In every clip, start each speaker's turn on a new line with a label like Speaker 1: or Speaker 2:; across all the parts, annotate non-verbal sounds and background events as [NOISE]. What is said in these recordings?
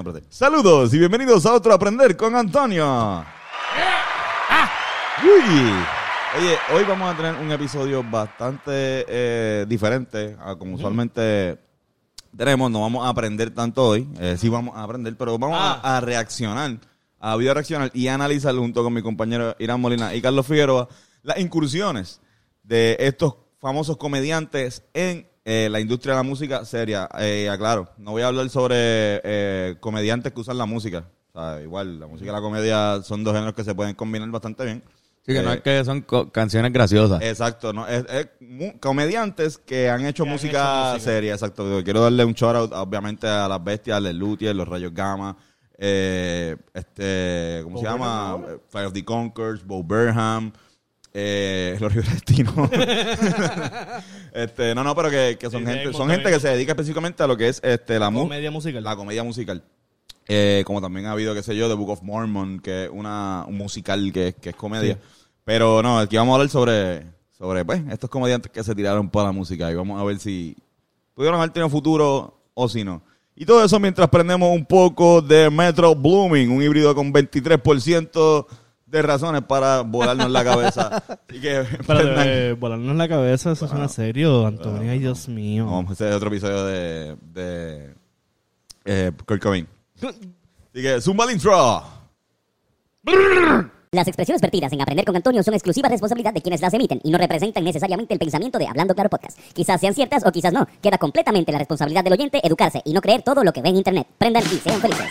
Speaker 1: espérate. Saludos y bienvenidos a otro Aprender con Antonio. Uy. Oye, hoy vamos a tener un episodio bastante eh, diferente a como usualmente tenemos. No vamos a aprender tanto hoy. Eh, sí vamos a aprender, pero vamos a- a, reaccionar, a video reaccionar y a analizar junto con mi compañero Irán Molina y Carlos Figueroa las incursiones de estos famosos comediantes en eh, la industria de la música seria. Eh, aclaro, no voy a hablar sobre eh, comediantes que usan la música. O sea, igual, la música y la comedia son dos géneros que se pueden combinar bastante bien.
Speaker 2: Sí, que no
Speaker 1: Eh,
Speaker 2: es que son co- canciones graciosas.
Speaker 1: Exacto, no, es, es mu- comediantes que han hecho
Speaker 3: Que han
Speaker 1: música
Speaker 3: hecho música.
Speaker 1: seria, exacto. Quiero darle un shout out, obviamente, a las bestias, Les Luthier, los Rayos Gamma, eh, este, ¿cómo se
Speaker 3: Bo
Speaker 1: llama?
Speaker 3: Burnham,
Speaker 1: Eh, Fire of the Conquers, Bo Burnham, eh, los Ríos
Speaker 3: [LAUGHS]
Speaker 1: Destino. este, no, no, pero que, que son
Speaker 3: Sí, sí,
Speaker 1: gente,
Speaker 3: hay
Speaker 1: son
Speaker 3: montones.
Speaker 1: gente que se dedica específicamente a lo que es este la música
Speaker 3: Comedia musical.
Speaker 1: la comedia musical. Eh, como también ha habido, qué sé yo, The Book of Mormon, que es una, un musical que, que es comedia. Pero no, aquí vamos a hablar sobre, sobre pues, estos comediantes que se tiraron para la música y vamos a ver si pudieron haber tenido futuro o si no. Y todo eso mientras prendemos un poco de Metro Blooming, un híbrido con 23% de razones para volarnos la cabeza. Así que, [LAUGHS] prendan-
Speaker 3: Espérate, eh, volarnos la cabeza, eso suena serio, Antonio. Ay, Dios mío.
Speaker 1: No, pues, Vamos a hacer otro episodio de, de eh, Kurt Cobain. Así que, Zumba el intro.
Speaker 4: Las expresiones vertidas en Aprender con Antonio son exclusiva responsabilidad de quienes las emiten y no representan necesariamente el pensamiento de Hablando Claro Podcast. Quizás sean ciertas o quizás no. Queda completamente la responsabilidad del oyente educarse y no creer todo lo que ve en Internet. Prendan y sean felices.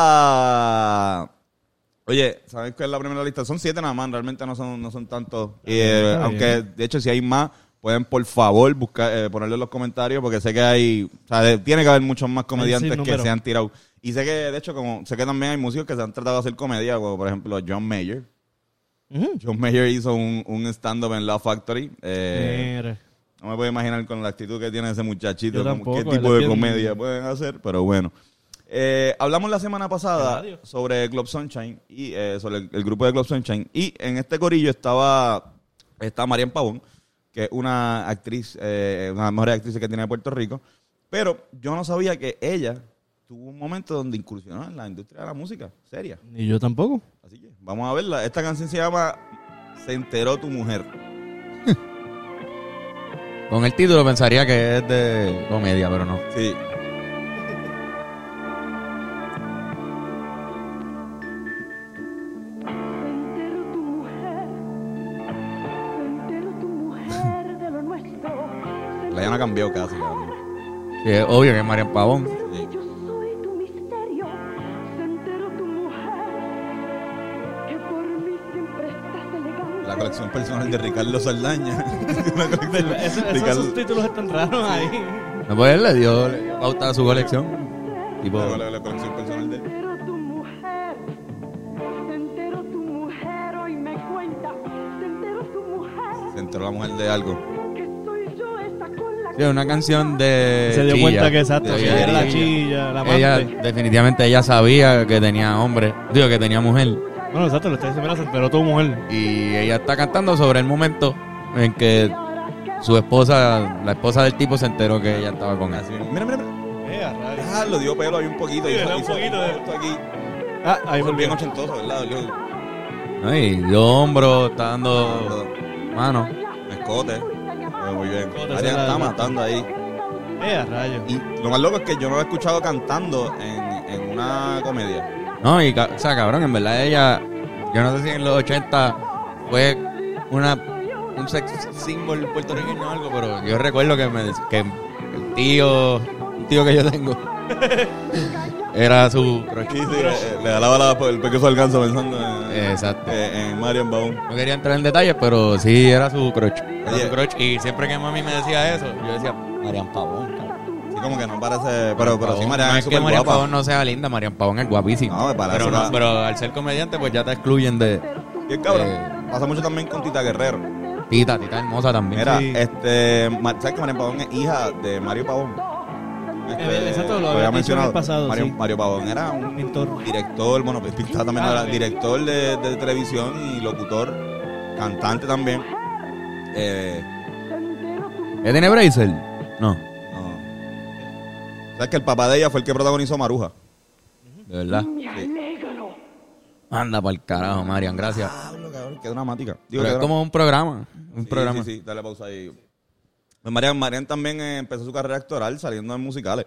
Speaker 1: ¡Ah! Oye, ¿sabes cuál es la primera lista? Son siete nada más, realmente no son, no son tantos. Y, eh,
Speaker 3: Ah, Está
Speaker 1: aunque, de hecho, si hay más, pueden por favor buscar, eh, ponerlo en los comentarios porque sé que hay, o sea, de- tiene que haber muchos más comediantes que
Speaker 3: sinnúmero.
Speaker 1: se han tirado. Y sé que, de hecho, como sé que también hay músicos que se han tratado de hacer comedia, como por ejemplo John Mayer.
Speaker 3: Ujú.
Speaker 1: John Mayer hizo un, un stand-up en Love Factory. Eh,
Speaker 3: Mira.
Speaker 1: No me puedo imaginar con la actitud que tiene ese muchachito,
Speaker 3: Yo
Speaker 1: como
Speaker 3: tampoco,
Speaker 1: qué tipo de
Speaker 3: él es bien-
Speaker 1: comedia pueden hacer, pero bueno. Eh, hablamos la semana pasada
Speaker 3: Radio.
Speaker 1: sobre Club Sunshine y eh, sobre el, el grupo de Club Sunshine y en este corillo estaba está Marian Pavón, que es una actriz, eh, una de las mejores actrices que tiene Puerto Rico, pero yo no sabía que ella tuvo un momento donde incursionó en la industria de la música, seria.
Speaker 3: Y yo tampoco.
Speaker 1: Así que vamos a verla. Esta canción se llama Se enteró tu mujer.
Speaker 2: Con el título pensaría que es de comedia, pero no.
Speaker 1: Sí.
Speaker 5: entero tu mujer, me entero tu mujer de lo nuestro.
Speaker 1: [LAUGHS] La llana cambió casi. cabrón.
Speaker 2: Sí, es obvio que es Marian Pavón.
Speaker 5: Pero que yo soy tu misterio, se entero tu mujer, que por mí siempre estás elegante.
Speaker 1: La colección personal de Ricardo Saldaña. [LAUGHS] Una colección-
Speaker 3: Eso-
Speaker 1: Ricardo-
Speaker 3: esos subtítulos están raros ahí.
Speaker 2: No, pues él le dio, le dio pauta a su colección. Tipo,
Speaker 1: La, la- la colección personal de
Speaker 5: entero tu mujer, se entero tu mujer, hoy me cuenta, se entero tu mujer,
Speaker 1: Se enteró la mujer de algo.
Speaker 5: que soy yo esa con la
Speaker 2: sí, es una canción de.
Speaker 3: Se dio
Speaker 2: Eh, chilla.
Speaker 3: cuenta que exacto,
Speaker 2: De
Speaker 3: que
Speaker 2: ella-
Speaker 3: era la
Speaker 2: ella-
Speaker 3: chilla, la amante.
Speaker 2: Ella, definitivamente, ella sabía que tenía hombre. Digo, que tenía mujer.
Speaker 3: Bueno, exacto, lo está diciendo, mira, se enteró tu mujer.
Speaker 2: Y ella está cantando sobre el momento en que su esposa, la esposa del tipo, se enteró que ella estaba con él.
Speaker 1: Así mismo. Mira, mira, mira.
Speaker 3: Eh, a rayos.
Speaker 1: Ah, lo dio pelo ahí un poquito.
Speaker 3: Sí,
Speaker 1: hizo-
Speaker 3: le da un
Speaker 1: hizo-
Speaker 3: poquito de-
Speaker 1: hizo aquí.
Speaker 3: Ah, ahí
Speaker 1: Hizo bien
Speaker 3: volvió.
Speaker 1: ochentoso, ¿verdad? Dolió.
Speaker 2: ¿no? Y dio hombro, está dando mano.
Speaker 1: Escote. Eh, Muy bien.
Speaker 3: Escote,
Speaker 1: Marian
Speaker 3: se la-
Speaker 1: está matando ahí.
Speaker 3: Eh, a rayos.
Speaker 1: Y lo más loco es que yo no la he escuchado cantando en, en una comedia.
Speaker 2: No, y ca- o sea, cabrón, en verdad ella, yo no sé si en los 80 fue una un sex symbol puertorriqueño o algo, pero yo recuerdo que, me, que el tío, un tío que yo tengo, era su crush.
Speaker 1: Sí, sí, eh, le da la bala por el pequeño alcanza pensando en,
Speaker 2: Exacto.
Speaker 1: eh, en Marian Baum.
Speaker 2: No quería entrar en detalles, pero sí, era su crush. Era
Speaker 1: Oye.
Speaker 2: su crush. Y siempre que mami me decía eso, yo decía, Marian Pavón. cabrón".
Speaker 1: Sí, como que no parece. Pero, pero sí,
Speaker 2: Pavón.
Speaker 1: Marian
Speaker 2: no
Speaker 1: es
Speaker 2: es
Speaker 1: súper
Speaker 2: que Marian
Speaker 1: guapa.
Speaker 2: Pavón no sea linda, Marian Pavón es guapísima.
Speaker 1: No, me parece
Speaker 2: pero,
Speaker 1: una-
Speaker 2: no, pero al ser comediante, pues ya te excluyen de
Speaker 1: Bien cabrón.
Speaker 2: Eh.
Speaker 1: Pasa mucho también con Tita Guerrero.
Speaker 2: Tita, Tita hermosa también.
Speaker 1: Mira,
Speaker 3: Sí.
Speaker 1: este, Ma- ¿sabes que María Pavón es hija de Mario Pavón? este,
Speaker 3: Eh, exacto, lo
Speaker 1: había
Speaker 3: habías dicho en el
Speaker 1: mencionado.
Speaker 3: pasado,
Speaker 1: Mario,
Speaker 3: sí.
Speaker 1: Mario Pavón era un
Speaker 3: Pintor.
Speaker 1: director, bueno, pues, pintaba también
Speaker 3: Ah,
Speaker 1: era
Speaker 3: ok.
Speaker 1: director de, de televisión y locutor, cantante también. Eh,
Speaker 2: ¿Él tiene Bracer? No.
Speaker 1: no. ¿Sabes que el papá de ella fue el que protagonizó Maruja?
Speaker 2: De verdad.
Speaker 5: Me alegro.
Speaker 2: Anda pa'l carajo, Marian, gracias.
Speaker 1: Diablo, cabrón, qué dramática. Digo,
Speaker 2: Pero
Speaker 1: qué
Speaker 2: es
Speaker 1: dra-
Speaker 2: como un programa. Un
Speaker 1: Sí,
Speaker 2: programa.
Speaker 1: Sí, sí, dale pausa ahí. Pues Marian, Marian también eh, empezó su carrera actoral saliendo en musicales.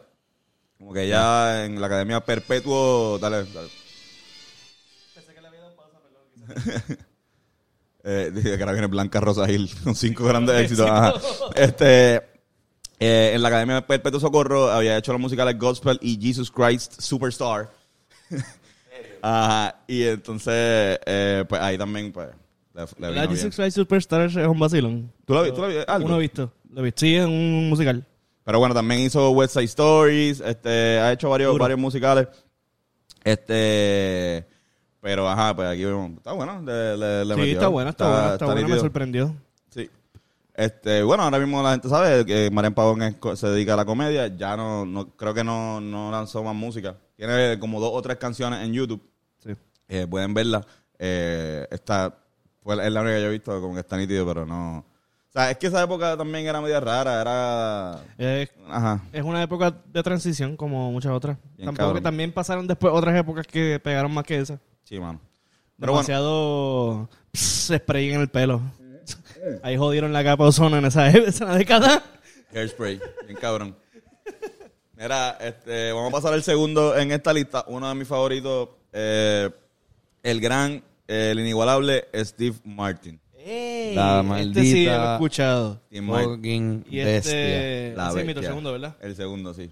Speaker 1: Como que ella en la Academia Perpetuo. Dale, dale. [LAUGHS] Eh, dice que ahora viene Blanca Rosa Gil [LAUGHS] con cinco grandes éxitos. Ajá. Este, eh, en la Academia Perpetuo Socorro había hecho los musicales Gospel y Jesus Christ Superstar. [LAUGHS] Ajá, y entonces, eh, pues ahí también, pues. le- le
Speaker 3: La
Speaker 1: vino bien.
Speaker 3: Jesus Christ Superstars es un vacilón.
Speaker 1: ¿Tú la vi- tú la vi- algo?
Speaker 3: Uno he visto. Lo he visto. Sí, es un musical.
Speaker 1: Pero bueno, también hizo West Side Stories, este, ha hecho varios,
Speaker 3: Duro.
Speaker 1: varios musicales. Este, pero ajá, pues aquí vemos. Está bueno, le, le- le
Speaker 3: sí,
Speaker 1: metió.
Speaker 3: está buena, está, buena, está buena. Me
Speaker 1: nítido.
Speaker 3: sorprendió.
Speaker 1: Sí. Este, bueno, ahora mismo la gente sabe que Marian Pavón es co- se dedica a la comedia. Ya no, no creo que no, no lanzó más música. Tiene como dos o tres canciones en YouTube.
Speaker 3: Sí.
Speaker 1: Eh, pueden verla. Eh, está, fue la- es la única que yo he visto, como que está nítido, pero no. O sea, es que esa época también era media rara, era...
Speaker 3: Es,
Speaker 1: Ajá.
Speaker 3: es una época de transición como muchas otras.
Speaker 1: Bien
Speaker 3: Tampoco
Speaker 1: cabrón.
Speaker 3: que también pasaron después otras épocas que pegaron más que esa.
Speaker 1: Sí, mano. Pero bueno,
Speaker 3: Demasiado pss, spray en el
Speaker 2: [LAUGHS]
Speaker 3: pelo. Ahí jodieron la capa de ozono en esa, [LAUGHS] esa década.
Speaker 1: hairspray, bien cabrón. Mira, este, vamos a pasar al segundo en esta lista. Uno de mis favoritos, eh, el gran, eh, el inigualable Steve Martin.
Speaker 2: La
Speaker 3: Este sí lo
Speaker 2: maldita-
Speaker 3: he escuchado.
Speaker 1: Steve Martin,
Speaker 2: Fucking
Speaker 3: Y
Speaker 2: bestia.
Speaker 3: este...
Speaker 1: la
Speaker 3: ese es mi
Speaker 1: bestia.
Speaker 3: segundo, ¿verdad?
Speaker 1: El segundo, sí.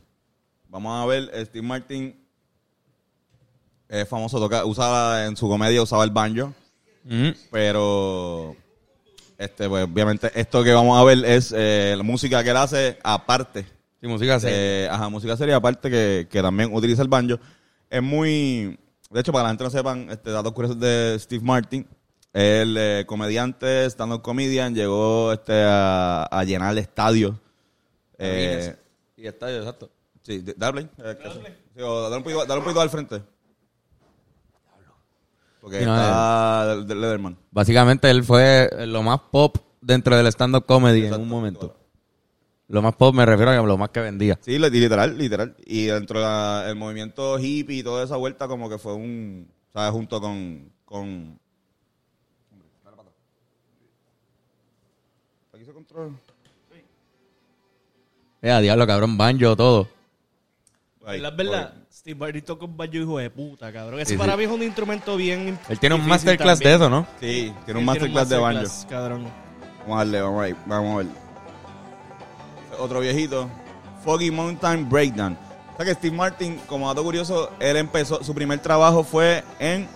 Speaker 1: Vamos a ver, Steve Martin es famoso, toca, usaba en su comedia, usaba el banjo.
Speaker 2: Mm.
Speaker 1: pero este pues obviamente esto que vamos a ver es eh, la música que él hace aparte
Speaker 2: Sí, música seria.
Speaker 1: Eh, ajá música seria aparte que, que también utiliza el banjo es muy de hecho para la gente no sepan este datos curiosos de Steve Martin el eh, comediante stand up comedian llegó este a, a llenar estadios eh,
Speaker 2: Y está, exacto.
Speaker 1: sí de- dale play, eh, que- sí, o dale un poquito dale un poquito al frente porque
Speaker 2: Sí, no,
Speaker 1: está Lederman
Speaker 2: Básicamente él fue lo más pop dentro del stand-up comedy en
Speaker 1: Exacto.
Speaker 2: un momento. Lo más pop me refiero a lo más que vendía.
Speaker 1: Sí, li- literal, literal. Y dentro del movimiento hippie y toda esa vuelta, como que fue un. ¿Sabes? Junto con. con... Aquí se controla.
Speaker 2: Ya, Eh, diablo, cabrón, banjo, todo.
Speaker 1: Ahí,
Speaker 3: La verdad, Steve Martin toca un banjo hijo de puta, cabrón. Ese
Speaker 2: Sí,
Speaker 3: para
Speaker 2: sí.
Speaker 3: mí es un instrumento bien
Speaker 2: Él tiene un
Speaker 3: difícil
Speaker 2: masterclass
Speaker 3: también.
Speaker 2: de eso, ¿no?
Speaker 1: por- Sí,
Speaker 3: Él
Speaker 1: tiene un masterclass de banjo.
Speaker 3: masterclass, cabrón.
Speaker 1: Vamos a darle, vamos ahí, vamos a ver. Otro viejito. Foggy Mountain Breakdown. O sea que Steve Martin, como dato curioso, él empezó. Su primer trabajo fue en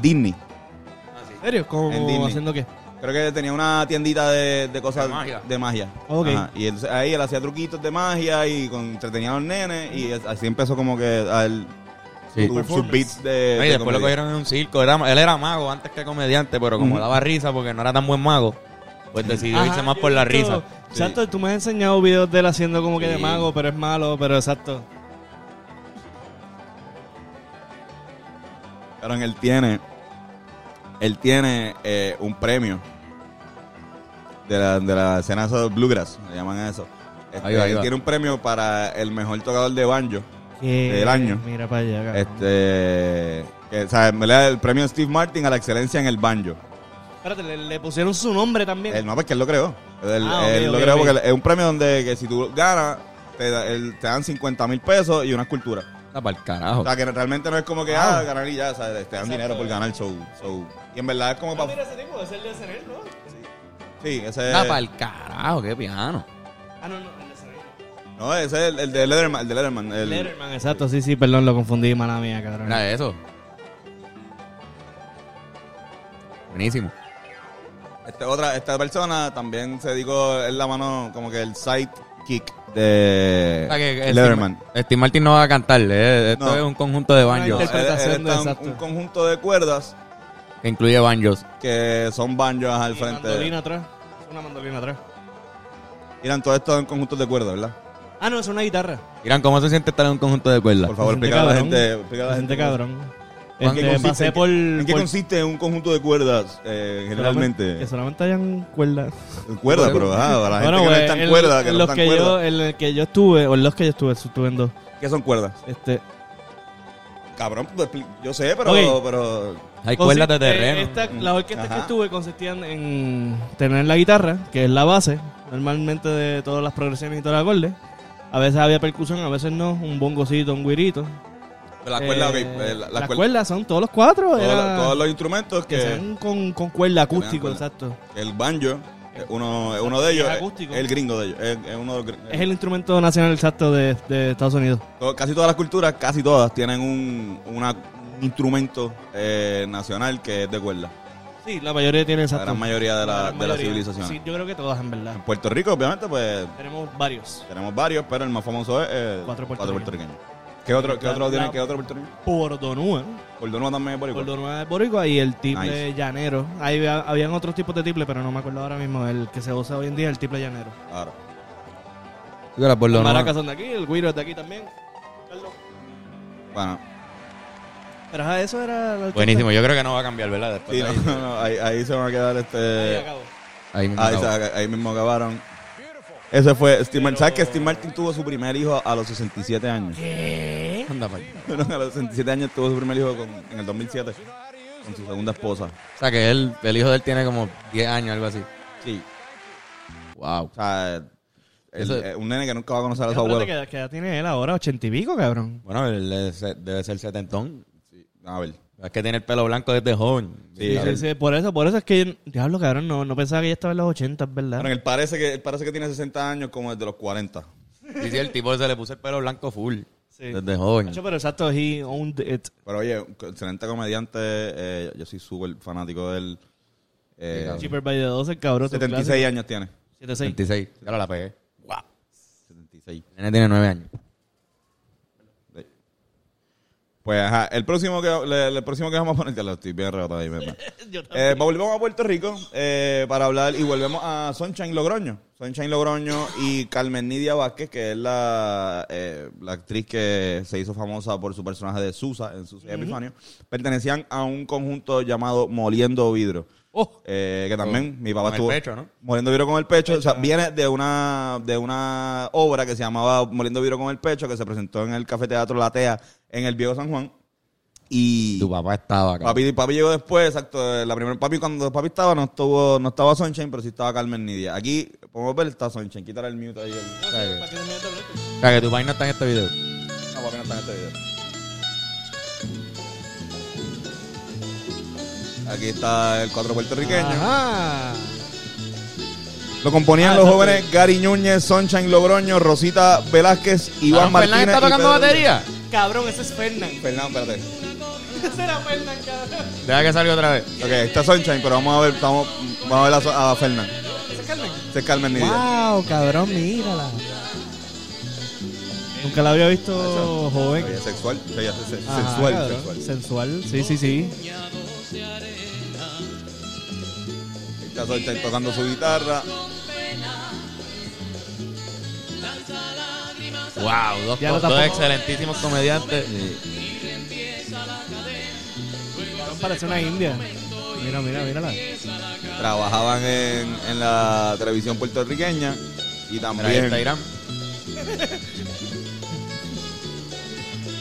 Speaker 1: Disney.
Speaker 3: ¿En serio?
Speaker 1: En Disney.
Speaker 3: ¿Cómo haciendo qué?
Speaker 1: Creo que tenía una tiendita de, de cosas
Speaker 2: De magia.
Speaker 1: de magia.
Speaker 3: Ok.
Speaker 1: Ajá. Y entonces ahí él hacía truquitos de magia y con- entretenía a los nenes y es- así empezó como que al
Speaker 2: Sí.
Speaker 1: su- sus beats Eh, de,
Speaker 2: Oye,
Speaker 1: de
Speaker 2: después lo
Speaker 1: comedia.
Speaker 2: cogieron en un circo. Era- él era mago antes que comediante, pero como
Speaker 1: Ujú.
Speaker 2: daba risa porque no era tan buen mago, pues decidió
Speaker 3: Ajá,
Speaker 2: irse más
Speaker 3: yo
Speaker 2: por
Speaker 3: he
Speaker 2: la
Speaker 3: visto-
Speaker 2: risa.
Speaker 3: Exacto, tú me has enseñado videos de él haciendo como que de
Speaker 2: Sí.
Speaker 3: mago, pero es malo, pero exacto.
Speaker 1: Pero él tiene, él tiene eh, un premio de la, de la escena esa de Bluegrass, le llaman a eso. Este,
Speaker 2: Ahí va, ahí
Speaker 1: él
Speaker 2: va.
Speaker 1: tiene un premio para el mejor tocador de banjo. Del año.
Speaker 3: Mira para allá, cabrón.
Speaker 1: Este, que, o sea, en verdad, el premio Steve Martin a la excelencia en el banjo.
Speaker 3: Espérate, le, le pusieron su nombre también.
Speaker 1: Él, Eh, no, porque él lo creó. Él,
Speaker 3: Ah,
Speaker 1: él
Speaker 3: ok,
Speaker 1: lo
Speaker 3: ok,
Speaker 1: creó
Speaker 3: ok.
Speaker 1: porque es un premio donde que si tú ganas, te, da- él- te dan 50 mil pesos y una escultura.
Speaker 2: Anda pa'l carajo.
Speaker 1: O sea, que realmente no es como que, ah, ganar y ya, o sea, te dan dinero por ganar. So, so. Y en verdad es como
Speaker 3: Ah,
Speaker 1: para...
Speaker 3: ese tipo, es el de SNL, ¿no?
Speaker 1: Sí, ese
Speaker 2: Anda
Speaker 1: es...
Speaker 2: pa'l carajo, qué piano.
Speaker 3: Ah, no, no, el de SNL.
Speaker 1: No, ese es el, el de Letterman. El de Letterman. el-
Speaker 3: Letterman, exacto, sí, sí, perdón, lo confundí, mala mía, cabrón.
Speaker 2: Mira eso. Buenísimo.
Speaker 1: este otra, esta persona también se dedicó, es la mano, como que el sidekick de
Speaker 2: O
Speaker 3: Ah,
Speaker 2: sea que eh, Steve-
Speaker 1: Letterman.
Speaker 2: Steve Martin no va a cantarle. eh. Esto
Speaker 1: No.
Speaker 2: es un conjunto de banjos
Speaker 1: Él-
Speaker 3: Una
Speaker 2: eh,
Speaker 1: él
Speaker 3: interpretación de
Speaker 1: está en
Speaker 3: exacto.
Speaker 1: un conjunto de cuerdas
Speaker 2: que incluye banjos.
Speaker 1: que son banjos al
Speaker 3: Y
Speaker 1: frente.
Speaker 3: mandolina atrás. Una mandolina atrás.
Speaker 1: Miran, todo esto en conjuntos de cuerdas, ¿verdad?
Speaker 3: Ah, no, es una guitarra.
Speaker 2: Irán, ¿cómo se siente estar en un conjunto de cuerdas?
Speaker 1: Por favor,
Speaker 3: Gente
Speaker 1: explícale a la
Speaker 3: cabrón.
Speaker 1: gente. explícale a la
Speaker 3: Gente
Speaker 1: gente
Speaker 3: cabrón.
Speaker 1: ¿En
Speaker 3: Este,
Speaker 1: qué consiste-
Speaker 3: pasé
Speaker 1: en qué-
Speaker 3: por...
Speaker 1: ¿En qué
Speaker 3: por-
Speaker 1: consiste un conjunto de cuerdas eh,
Speaker 3: Que
Speaker 1: generalmente?
Speaker 3: solamente hayan cuerdas.
Speaker 1: Cuerdas, pero ah, para la gente que no
Speaker 3: pues,
Speaker 1: está en
Speaker 3: en-
Speaker 1: cuerda, que
Speaker 3: en
Speaker 1: no
Speaker 3: los
Speaker 1: está
Speaker 3: que
Speaker 1: en
Speaker 3: yo,
Speaker 1: cuerda.
Speaker 3: en el que yo estuve, o en los que yo estuve, estuve en dos.
Speaker 1: ¿Qué son cuerdas?
Speaker 3: Este,
Speaker 1: Cabrón, pues, expli- yo sé, pero,
Speaker 3: Ok.
Speaker 1: pero
Speaker 2: Hay cuerdas de
Speaker 3: consiste-
Speaker 2: terreno.
Speaker 3: eh, esta- las orquestas
Speaker 1: Mm. Ajá.
Speaker 3: que estuve consistían en tener la guitarra, que es la base, normalmente de todas las progresiones y todos los acordes. A veces había percusión, a veces no, un bongocito, un guirito.
Speaker 1: las
Speaker 3: Eh,
Speaker 1: cuerdas, ok, eh, la-
Speaker 3: las
Speaker 1: las cuerdas,
Speaker 3: cuerdas son todos los cuatro.
Speaker 1: todos
Speaker 3: era-
Speaker 1: los- todos los instrumentos
Speaker 3: que
Speaker 1: que
Speaker 3: sean con, con cuerda
Speaker 1: tengan
Speaker 3: acústico,
Speaker 1: cuerda.
Speaker 3: exacto.
Speaker 1: el banjo, eh, uno, eh, uno de ellos,
Speaker 3: Es
Speaker 1: eh,
Speaker 3: acústico.
Speaker 1: el gringo de ellos, es, es uno de los gr-
Speaker 3: Es el instrumento nacional exacto de, de Estados Unidos.
Speaker 1: To- Casi todas las culturas, casi todas, tienen un, una- un instrumento eh, nacional que es de cuerda.
Speaker 3: Sí, la mayoría tiene
Speaker 1: La
Speaker 3: exacto.
Speaker 1: gran mayoría de, la-
Speaker 3: gran
Speaker 1: de las
Speaker 3: mayoría.
Speaker 1: civilizaciones.
Speaker 3: Sí, yo creo que todas, en verdad.
Speaker 1: En Puerto Rico, obviamente, pues
Speaker 3: Tenemos varios.
Speaker 1: tenemos varios, pero el más famoso es eh,
Speaker 3: Cuatro
Speaker 1: puertorriqueños. ¿Qué otro, qué
Speaker 3: La-
Speaker 1: otro
Speaker 3: la-
Speaker 1: tienen? ¿Qué otro puertorriqueño?
Speaker 3: Pordonúa.
Speaker 1: Cordonúa también es boricua.
Speaker 3: Pordonúa de Boricua y el tiple
Speaker 1: Nice.
Speaker 3: llanero. Ahí había- habían otros tipos de tiple, pero no me acuerdo ahora mismo. El que se usa hoy en día es el tiple llanero.
Speaker 1: Claro.
Speaker 2: Las
Speaker 3: Las
Speaker 2: cuerdas no-
Speaker 3: maracas son de aquí, el guiro es de aquí también. Carlos.
Speaker 1: Bueno,
Speaker 3: Pero ajá, eso era... la orquesta.
Speaker 2: Buenísimo, yo creo que no va a cambiar, ¿verdad? Después
Speaker 1: sí,
Speaker 2: de
Speaker 1: no,
Speaker 2: ahí.
Speaker 1: no, ahí, ahí se van a quedar
Speaker 3: Pues Ahí
Speaker 1: este.
Speaker 3: acabo.
Speaker 2: Ahí mismo
Speaker 1: Ahí,
Speaker 2: acabo.
Speaker 1: se- ahí mismo acabaron. Ese fue Steve Martin. ¿Sabes que Steve Martin tuvo su primer hijo a los 67 años?
Speaker 2: Anda, pa'l-
Speaker 1: [LAUGHS] Bueno, a los 67 años tuvo su primer hijo con- en el 2007 con su segunda esposa.
Speaker 2: O sea, que él, el hijo de él tiene como 10 años, algo así.
Speaker 1: Sí. O
Speaker 2: Wow.
Speaker 1: sea, el-
Speaker 2: Eso-
Speaker 1: eh, un nene que nunca va a conocer a su
Speaker 3: Pero espérate,
Speaker 1: abuelo.
Speaker 3: que, que ya tiene él ahora ochenta y pico, cabrón.
Speaker 2: Bueno, él debe ser- debe ser setentón.
Speaker 1: A ver.
Speaker 2: Es que tiene el pelo blanco desde joven.
Speaker 1: Sí,
Speaker 3: Sí,
Speaker 1: a
Speaker 3: sí,
Speaker 1: ver.
Speaker 3: sí, por eso, por eso es que, diablo, cabrón, no, no pensaba que ya estaba en los 80, es ¿verdad?
Speaker 1: Bueno, él parece que él parece que tiene 60 años como desde los 40.
Speaker 2: Y si el tipo se le puso el pelo blanco full.
Speaker 3: Sí.
Speaker 2: Desde joven.
Speaker 3: Nacho, pero exacto, he owned it.
Speaker 1: Pero oye, un excelente comediante. eh, yo soy súper fanático de él. Eh,
Speaker 3: Cheaper by the 12, cabrón.
Speaker 1: 76 años tiene.
Speaker 3: 76.
Speaker 2: 26. Ya la pegué. Wow.
Speaker 1: 76.
Speaker 2: El nene tiene 9 años.
Speaker 1: Pues ajá, el próximo que, le- el próximo que vamos a poner, ya lo estoy bien rebotado ahí, ¿verdad? Eh, volvemos a Puerto Rico eh, para hablar y volvemos a Sunshine Logroño. Sunshine Logroño y Carmen Nidia Vázquez, que es la, eh, la actriz que se hizo famosa por su personaje de Susa en Susa y Epifanio, pertenecían a un conjunto llamado Moliendo Vidro.
Speaker 3: Oh.
Speaker 1: Eh, que también mi papá
Speaker 2: Con el
Speaker 1: estuvo
Speaker 2: pecho, ¿no?
Speaker 1: moliendo vidrio con el pecho. O sea, viene de una, de una obra que se llamaba Moliendo vidrio con el pecho, que se presentó en el Café Teatro Latea en el Viejo San Juan. Y
Speaker 2: Tu papá estaba acá.
Speaker 1: papi, papi llegó después, exacto. eh, La primera, papi, cuando papi estaba, no estuvo, no estaba Sunshine, pero sí estaba Carmen Nidia. Aquí, podemos ver, está Sunshine. Quítale el mute ahí. el-
Speaker 2: O sea, que- o sea, que tu país no está en este video.
Speaker 1: No, papi, no está en este video. Aquí está el cuatro puertorriqueño.
Speaker 3: Ajá.
Speaker 1: Lo componían
Speaker 3: Ah,
Speaker 1: los
Speaker 3: exacto.
Speaker 1: jóvenes Gary Núñez, Sunshine Logroño, Rosita Velázquez, Iván
Speaker 2: Aaron Ah, Fernández
Speaker 1: Martínez.
Speaker 2: está
Speaker 1: y
Speaker 2: tocando
Speaker 1: Pedro-
Speaker 2: batería?
Speaker 3: Cabrón, ese es Fernan.
Speaker 1: Fernan, espérate.
Speaker 3: Ese era Fernan, cabrón.
Speaker 2: Deja que salga otra vez.
Speaker 1: Ok, está Sunshine, pero vamos a ver, estamos, vamos a ver a, So- a Fernan.
Speaker 3: Ese es Carmen.
Speaker 1: Ese es Carmen Nidia.
Speaker 3: Wow, cabrón, mírala. Nunca la había visto joven.
Speaker 1: Ella es sexual, ella es se-
Speaker 2: Ah,
Speaker 3: Ajá,
Speaker 1: sensual,
Speaker 3: cabrón.
Speaker 1: sensual.
Speaker 3: Sensual, sí, sí, sí.
Speaker 1: Está Sunshine tocando su guitarra.
Speaker 2: Wow, dos,
Speaker 3: Ya no
Speaker 2: dos
Speaker 3: tampoco-
Speaker 2: excelentísimos comediantes.
Speaker 3: Cabrón, parece una india. Mira, mira, mírala.
Speaker 1: Trabajaban en, en la televisión puertorriqueña y
Speaker 2: Mira, ahí
Speaker 1: también
Speaker 2: está Irán.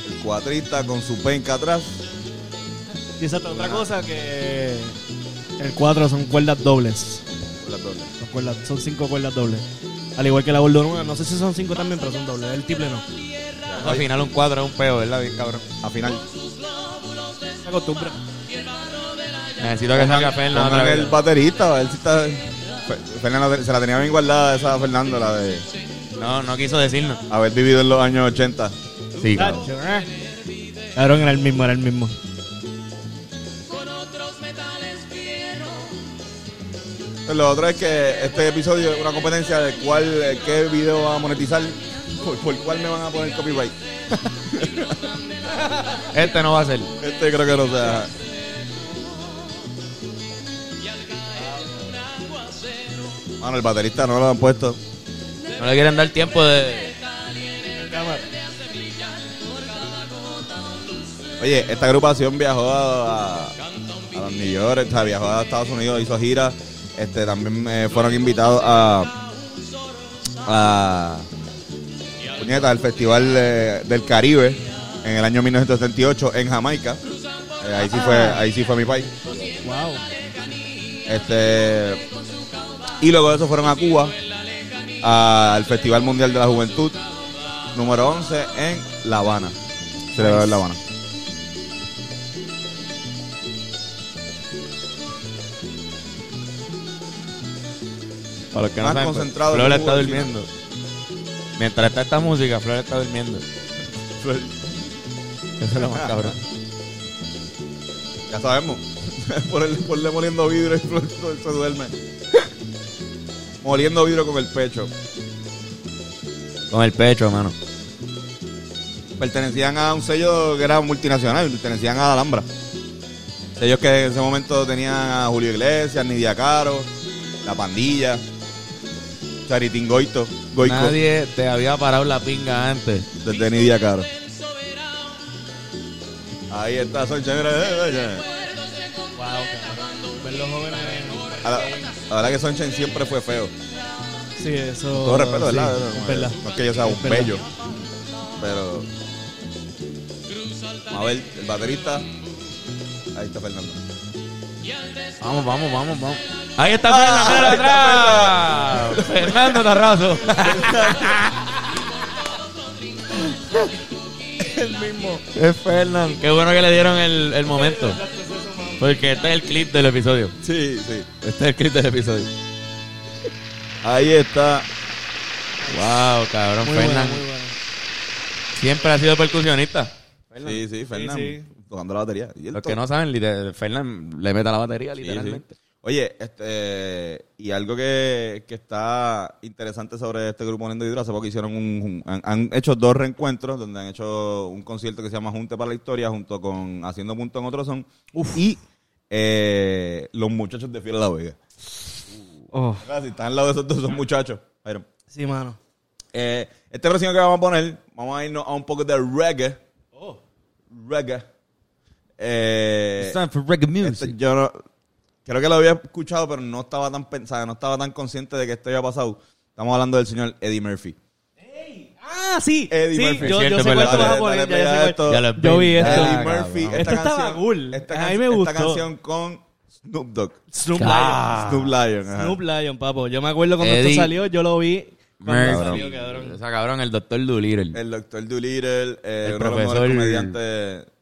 Speaker 1: el cuatrista con su penca atrás.
Speaker 3: Y exacto, otra cosa que el 4 son cuerdas dobles.
Speaker 1: Las dos.
Speaker 3: Son, cuerdas, son cinco cuerdas dobles. Al igual que la bordonúa, no sé si son cinco también, pero son dobles. El triple no.
Speaker 2: Al final un cuadro es un peo, ¿verdad? Bien cabrón.
Speaker 1: Al final,
Speaker 3: Se acostumbra.
Speaker 2: Necesito que salga Fernández otra
Speaker 1: pongan el
Speaker 2: vez.
Speaker 1: baterista, a ver si está. Fer- Fernan la te- se la tenía bien guardada esa Fernando, la de.
Speaker 2: No, no quiso decirnos.
Speaker 1: haber vivido en los años 80.
Speaker 2: Sí, cabrón.
Speaker 3: Cacho, eh. Cabrón, era el mismo, era el mismo.
Speaker 1: Pero Pues Lo otro es que este episodio es una competencia de cuál, eh, qué video va a monetizar, por, por cuál me van a poner copyright.
Speaker 2: Este no va a ser.
Speaker 1: Este creo que no sea. Bueno, el baterista no lo han puesto.
Speaker 2: No le quieren dar tiempo de.
Speaker 1: Oye, esta agrupación viajó a, a, a los New York, o sea, viajó a Estados Unidos, hizo gira. Este, también eh, fueron invitados a. a. puñeta, al Festival eh, del Caribe en el año 1978 en Jamaica. Eh, ahí, sí fue, ahí sí fue mi país.
Speaker 3: Wow.
Speaker 1: Este, y luego de eso fueron a Cuba, al Festival Mundial de la Juventud, número 11 en La Habana. Celebrado en La Habana.
Speaker 2: Para los que no
Speaker 1: Más
Speaker 2: saben, pues,
Speaker 1: concentrado
Speaker 2: Flor
Speaker 1: en
Speaker 2: está
Speaker 1: Cuba,
Speaker 2: durmiendo. Mientras está esta música, Flor está durmiendo. Eso es lo más cabrón.
Speaker 1: Ya sabemos. [LAUGHS] por, el, por le moliendo vidrio y Flor se duerme. [LAUGHS] moliendo vidrio con el pecho.
Speaker 2: Con el pecho, hermano.
Speaker 1: Pertenecían a un sello que era multinacional, pertenecían a Alhambra. Sellos que en ese momento tenían a Julio Iglesias, Nidia Caro, La Pandilla, Charitín Goito, Goico,
Speaker 2: Nadie te había parado la pinga antes.
Speaker 1: desde Nidia Caro. Ahí está, son chéveres.
Speaker 3: Ver los jóvenes.
Speaker 1: A la- La verdad que Sonchen siempre fue feo.
Speaker 3: Sí, eso.
Speaker 1: Todo respeto,
Speaker 3: sí,
Speaker 1: ¿verdad?
Speaker 3: es verdad.
Speaker 1: No es que yo sea un
Speaker 3: Es verdad.
Speaker 1: bello. Pero. Vamos a ver, el baterista. Ahí está Fernando.
Speaker 2: Vamos, vamos, vamos, vamos. Ahí está
Speaker 1: Ah,
Speaker 2: Fernando
Speaker 1: ahí
Speaker 2: atrás. Fernando Tarrazo. [LAUGHS]
Speaker 1: El mismo.
Speaker 2: Es Fernando. Qué bueno que le dieron el, el momento. Porque este es el clip del episodio.
Speaker 1: Sí, sí.
Speaker 2: Este es el clip del episodio.
Speaker 1: Ahí está.
Speaker 2: Wow, cabrón.
Speaker 3: Muy
Speaker 2: Fernan
Speaker 3: bueno, muy bueno.
Speaker 2: siempre ha sido percusionista.
Speaker 1: Sí, sí, Fernando.
Speaker 3: sí.
Speaker 1: Tocando la batería. Y él
Speaker 2: Los
Speaker 1: to-
Speaker 2: que no saben, liter- Fernan le mete a la batería,
Speaker 1: Sí, sí.
Speaker 2: literalmente.
Speaker 1: Oye, este. Y algo que, que está interesante sobre este grupo Nendo Hidro, hace poco hicieron un. un- han, han hecho dos reencuentros donde han hecho un concierto que se llama Junte para la Historia junto con Haciendo Punto en Otro Son. Y. eh, los muchachos de Fiel a la Vega.
Speaker 3: Oh,
Speaker 1: Casi están al lado de esos dos son muchachos. Pero,
Speaker 3: sí, mano.
Speaker 1: eh, este próximo que vamos a poner, vamos a irnos a un poco de reggae.
Speaker 3: Oh.
Speaker 1: Reggae. Eh,
Speaker 2: for reggae
Speaker 1: este, yo no, creo que lo había escuchado, pero no estaba tan pensado, no estaba tan consciente de que esto había pasado. Estamos hablando del señor Eddie Murphy.
Speaker 3: Ah, sí.
Speaker 1: Eddie
Speaker 3: sí,
Speaker 1: Murphy.
Speaker 3: yo, yo
Speaker 2: Cierto,
Speaker 3: sé
Speaker 2: es
Speaker 3: cuál
Speaker 2: verdad.
Speaker 3: tú vas a
Speaker 1: Dale,
Speaker 3: poner.
Speaker 1: dale,
Speaker 3: ya
Speaker 1: dale,
Speaker 3: yo sé
Speaker 1: esto.
Speaker 3: cuál.
Speaker 2: Ya lo-
Speaker 3: Yo vi este.
Speaker 2: Ya,
Speaker 3: esto.
Speaker 1: Eddie
Speaker 2: cabrón.
Speaker 1: Murphy.
Speaker 2: Esto
Speaker 1: Esta
Speaker 3: estaba
Speaker 1: canción,
Speaker 3: cool.
Speaker 1: Esta,
Speaker 3: A
Speaker 1: can-
Speaker 3: mí me
Speaker 1: esta
Speaker 3: gustó.
Speaker 1: canción con Snoop Dogg.
Speaker 3: Snoop
Speaker 2: Ah.
Speaker 1: Snoop Lion. ajá.
Speaker 3: Lion. Snoop Lion, papo. Yo me acuerdo cuando
Speaker 2: Eddie
Speaker 3: esto salió, yo lo vi. Cuando
Speaker 1: Murphy.
Speaker 3: salió, cabrón.
Speaker 2: Esa cabrón, el doctor Doolittle.
Speaker 1: El doctor Doolittle, eh,
Speaker 2: El
Speaker 1: uno de los mejores
Speaker 2: profesor-
Speaker 1: comediantes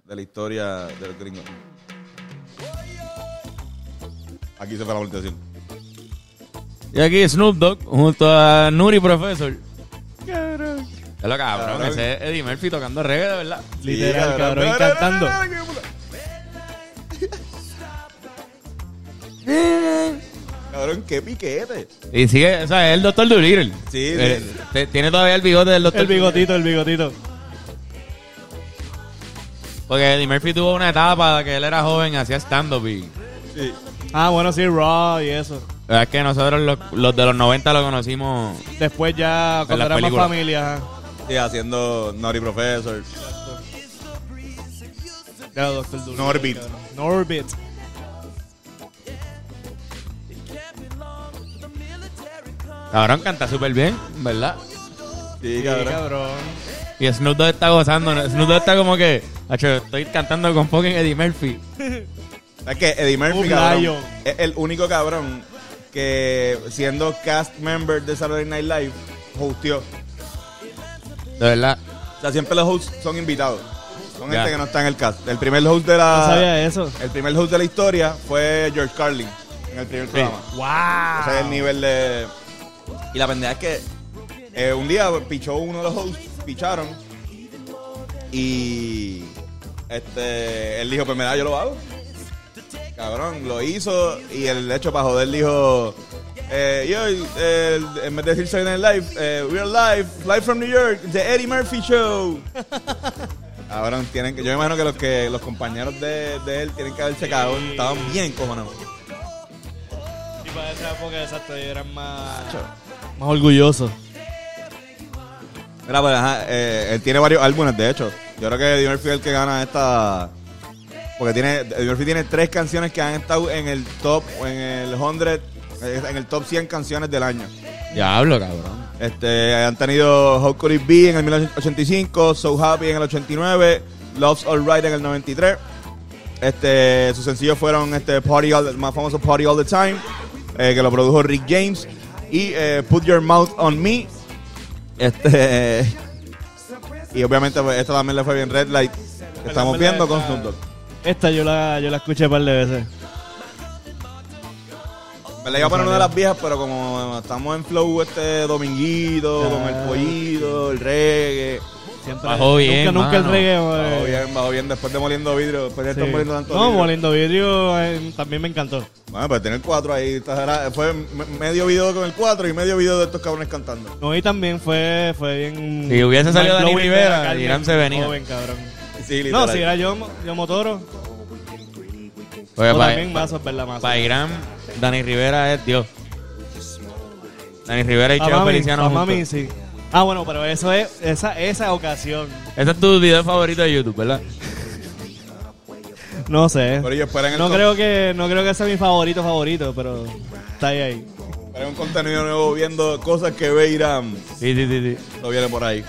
Speaker 1: de la historia de los gringos. Aquí se fue la volteación.
Speaker 2: Y aquí Snoop Dogg junto a Nuri Professor. Es lo cabrón,
Speaker 1: Cabrón.
Speaker 2: ese es Eddie Murphy tocando reggae, de verdad.
Speaker 3: Literal, cabrón, cantando.
Speaker 1: Cabrón, qué piquete.
Speaker 2: Y sigue, o sea, es el Dr. Doolittle.
Speaker 1: Sí,
Speaker 2: Eh,
Speaker 1: sí.
Speaker 2: te- Tiene todavía el bigote del Dr.
Speaker 3: El bigotito, el bigotito.
Speaker 2: Porque Eddie Murphy tuvo una etapa que él era joven, hacía stand-up y...
Speaker 1: Sí.
Speaker 3: Ah, bueno, sí, Raw y eso.
Speaker 2: La verdad es que nosotros los, los de los 90 lo conocimos...
Speaker 3: Después ya, cuando
Speaker 2: las
Speaker 3: era más
Speaker 2: películas.
Speaker 3: familia. ajá.
Speaker 1: Sí, haciendo Naughty Professor.
Speaker 3: Ya, Doctor Duro.
Speaker 1: Norbit.
Speaker 3: Norbit.
Speaker 2: Cabrón, canta súper bien, ¿verdad?
Speaker 1: Sí,
Speaker 3: Sí,
Speaker 1: cabrón.
Speaker 3: cabrón.
Speaker 2: Y Snoop Dogg está gozando. ¿no? Snoop Dogg está como que... "Acho, estoy cantando con fucking Eddie Murphy.
Speaker 1: Es que Eddie Murphy,
Speaker 3: Un
Speaker 1: cabrón,
Speaker 3: lion.
Speaker 1: es el único cabrón que siendo cast member de Saturday Night Live, hosteó.
Speaker 2: De verdad.
Speaker 1: O sea, siempre los hosts son invitados. Son
Speaker 2: Ya.
Speaker 1: gente que no está en el cast. El primer host de la...
Speaker 3: No sabía eso.
Speaker 1: El primer host de la historia fue George Carlin en el primer programa.
Speaker 3: ¡Wow!
Speaker 1: Ese es el nivel de. Y la pendeja es que eh, un día pichó uno de los hosts, picharon. Y este él dijo, pues me da, yo lo hago. Cabrón, lo hizo. Y el de hecho para joder dijo. Eh, yo, eh, en vez de decir Saturday Night Live, eh, Real Live, Live from New York, The Eddie Murphy Show. Cabrón, tienen que, yo me imagino que los que los compañeros de, de él tienen que haberse cagado, estaban bien cojonados.
Speaker 3: Y para esa época, exacto, ellos eran más... Más orgullosos.
Speaker 1: Mira, pues, ajá, eh, él tiene varios álbumes, de hecho. Yo creo que Eddie Murphy es el que gana esta. Porque tiene, Eddie Murphy tiene tres canciones que han estado en el top, o en el 100, eh, en el top 100 canciones del año.
Speaker 2: Diablo, cabrón.
Speaker 1: Este, han tenido How Could It Be en el 1985, So Happy en el 89, Love's Alright en el 93. Este, sus sencillos fueron este Party All, el más famoso Party All the Time, eh, que lo produjo Rick James, y eh, Put Your Mouth on Me. Este, [LAUGHS] y obviamente pues, esta también le fue bien Red Light, que estamos
Speaker 3: verdad,
Speaker 1: viendo con
Speaker 3: esta-
Speaker 1: Snoop Dogg.
Speaker 3: Esta yo la, yo la escuché un par de veces.
Speaker 1: Me la iba a poner una de las viejas, pero como estamos en flow este dominguito, con el pollito, el reggae.
Speaker 3: Siempre,
Speaker 2: Bajó bien,
Speaker 3: Nunca, nunca el
Speaker 2: mano.
Speaker 3: reggae.
Speaker 1: Bajo
Speaker 3: eh,
Speaker 1: bien, bajo bien. Después de moliendo vidrio, después de estar
Speaker 3: sí.
Speaker 1: moliendo tanto
Speaker 3: No,
Speaker 1: vidrio.
Speaker 3: Moliendo Vidrio eh, también me encantó.
Speaker 1: Bueno, pues tener cuatro ahí. esta era- fue me- medio video con el cuatro y medio video de estos cabrones cantando.
Speaker 3: No, y también fue, fue bien.
Speaker 2: Si hubiese salido Dani
Speaker 3: Mind-blowing
Speaker 2: Rivera,
Speaker 3: ver a Carmen
Speaker 2: Irán se venía.
Speaker 3: joven, cabrón.
Speaker 1: Sí,
Speaker 3: No,
Speaker 1: literal.
Speaker 3: si era yo, yo Motoro,
Speaker 2: Oye,
Speaker 3: o
Speaker 2: pa-
Speaker 3: también Mazo, es verdad, Mazo.
Speaker 2: Para Irán, Dani Rivera es Dios. Dani Rivera y
Speaker 3: Pa'
Speaker 2: Cheo
Speaker 3: Ah, mami,
Speaker 2: Feliciano
Speaker 3: pa'
Speaker 2: juntos.
Speaker 3: mami, sí. Ah, bueno, pero eso es esa, esa ocasión.
Speaker 2: Ese es tu video favorito de YouTube, ¿verdad?
Speaker 3: No sé.
Speaker 1: Pero ellos esperan el
Speaker 3: No
Speaker 1: con-
Speaker 3: creo que no creo que sea mi favorito favorito, pero está ahí ahí.
Speaker 1: esperan un contenido nuevo viendo cosas que ve Irán.
Speaker 2: Sí, sí, sí. sí.
Speaker 1: Lo viene por ahí.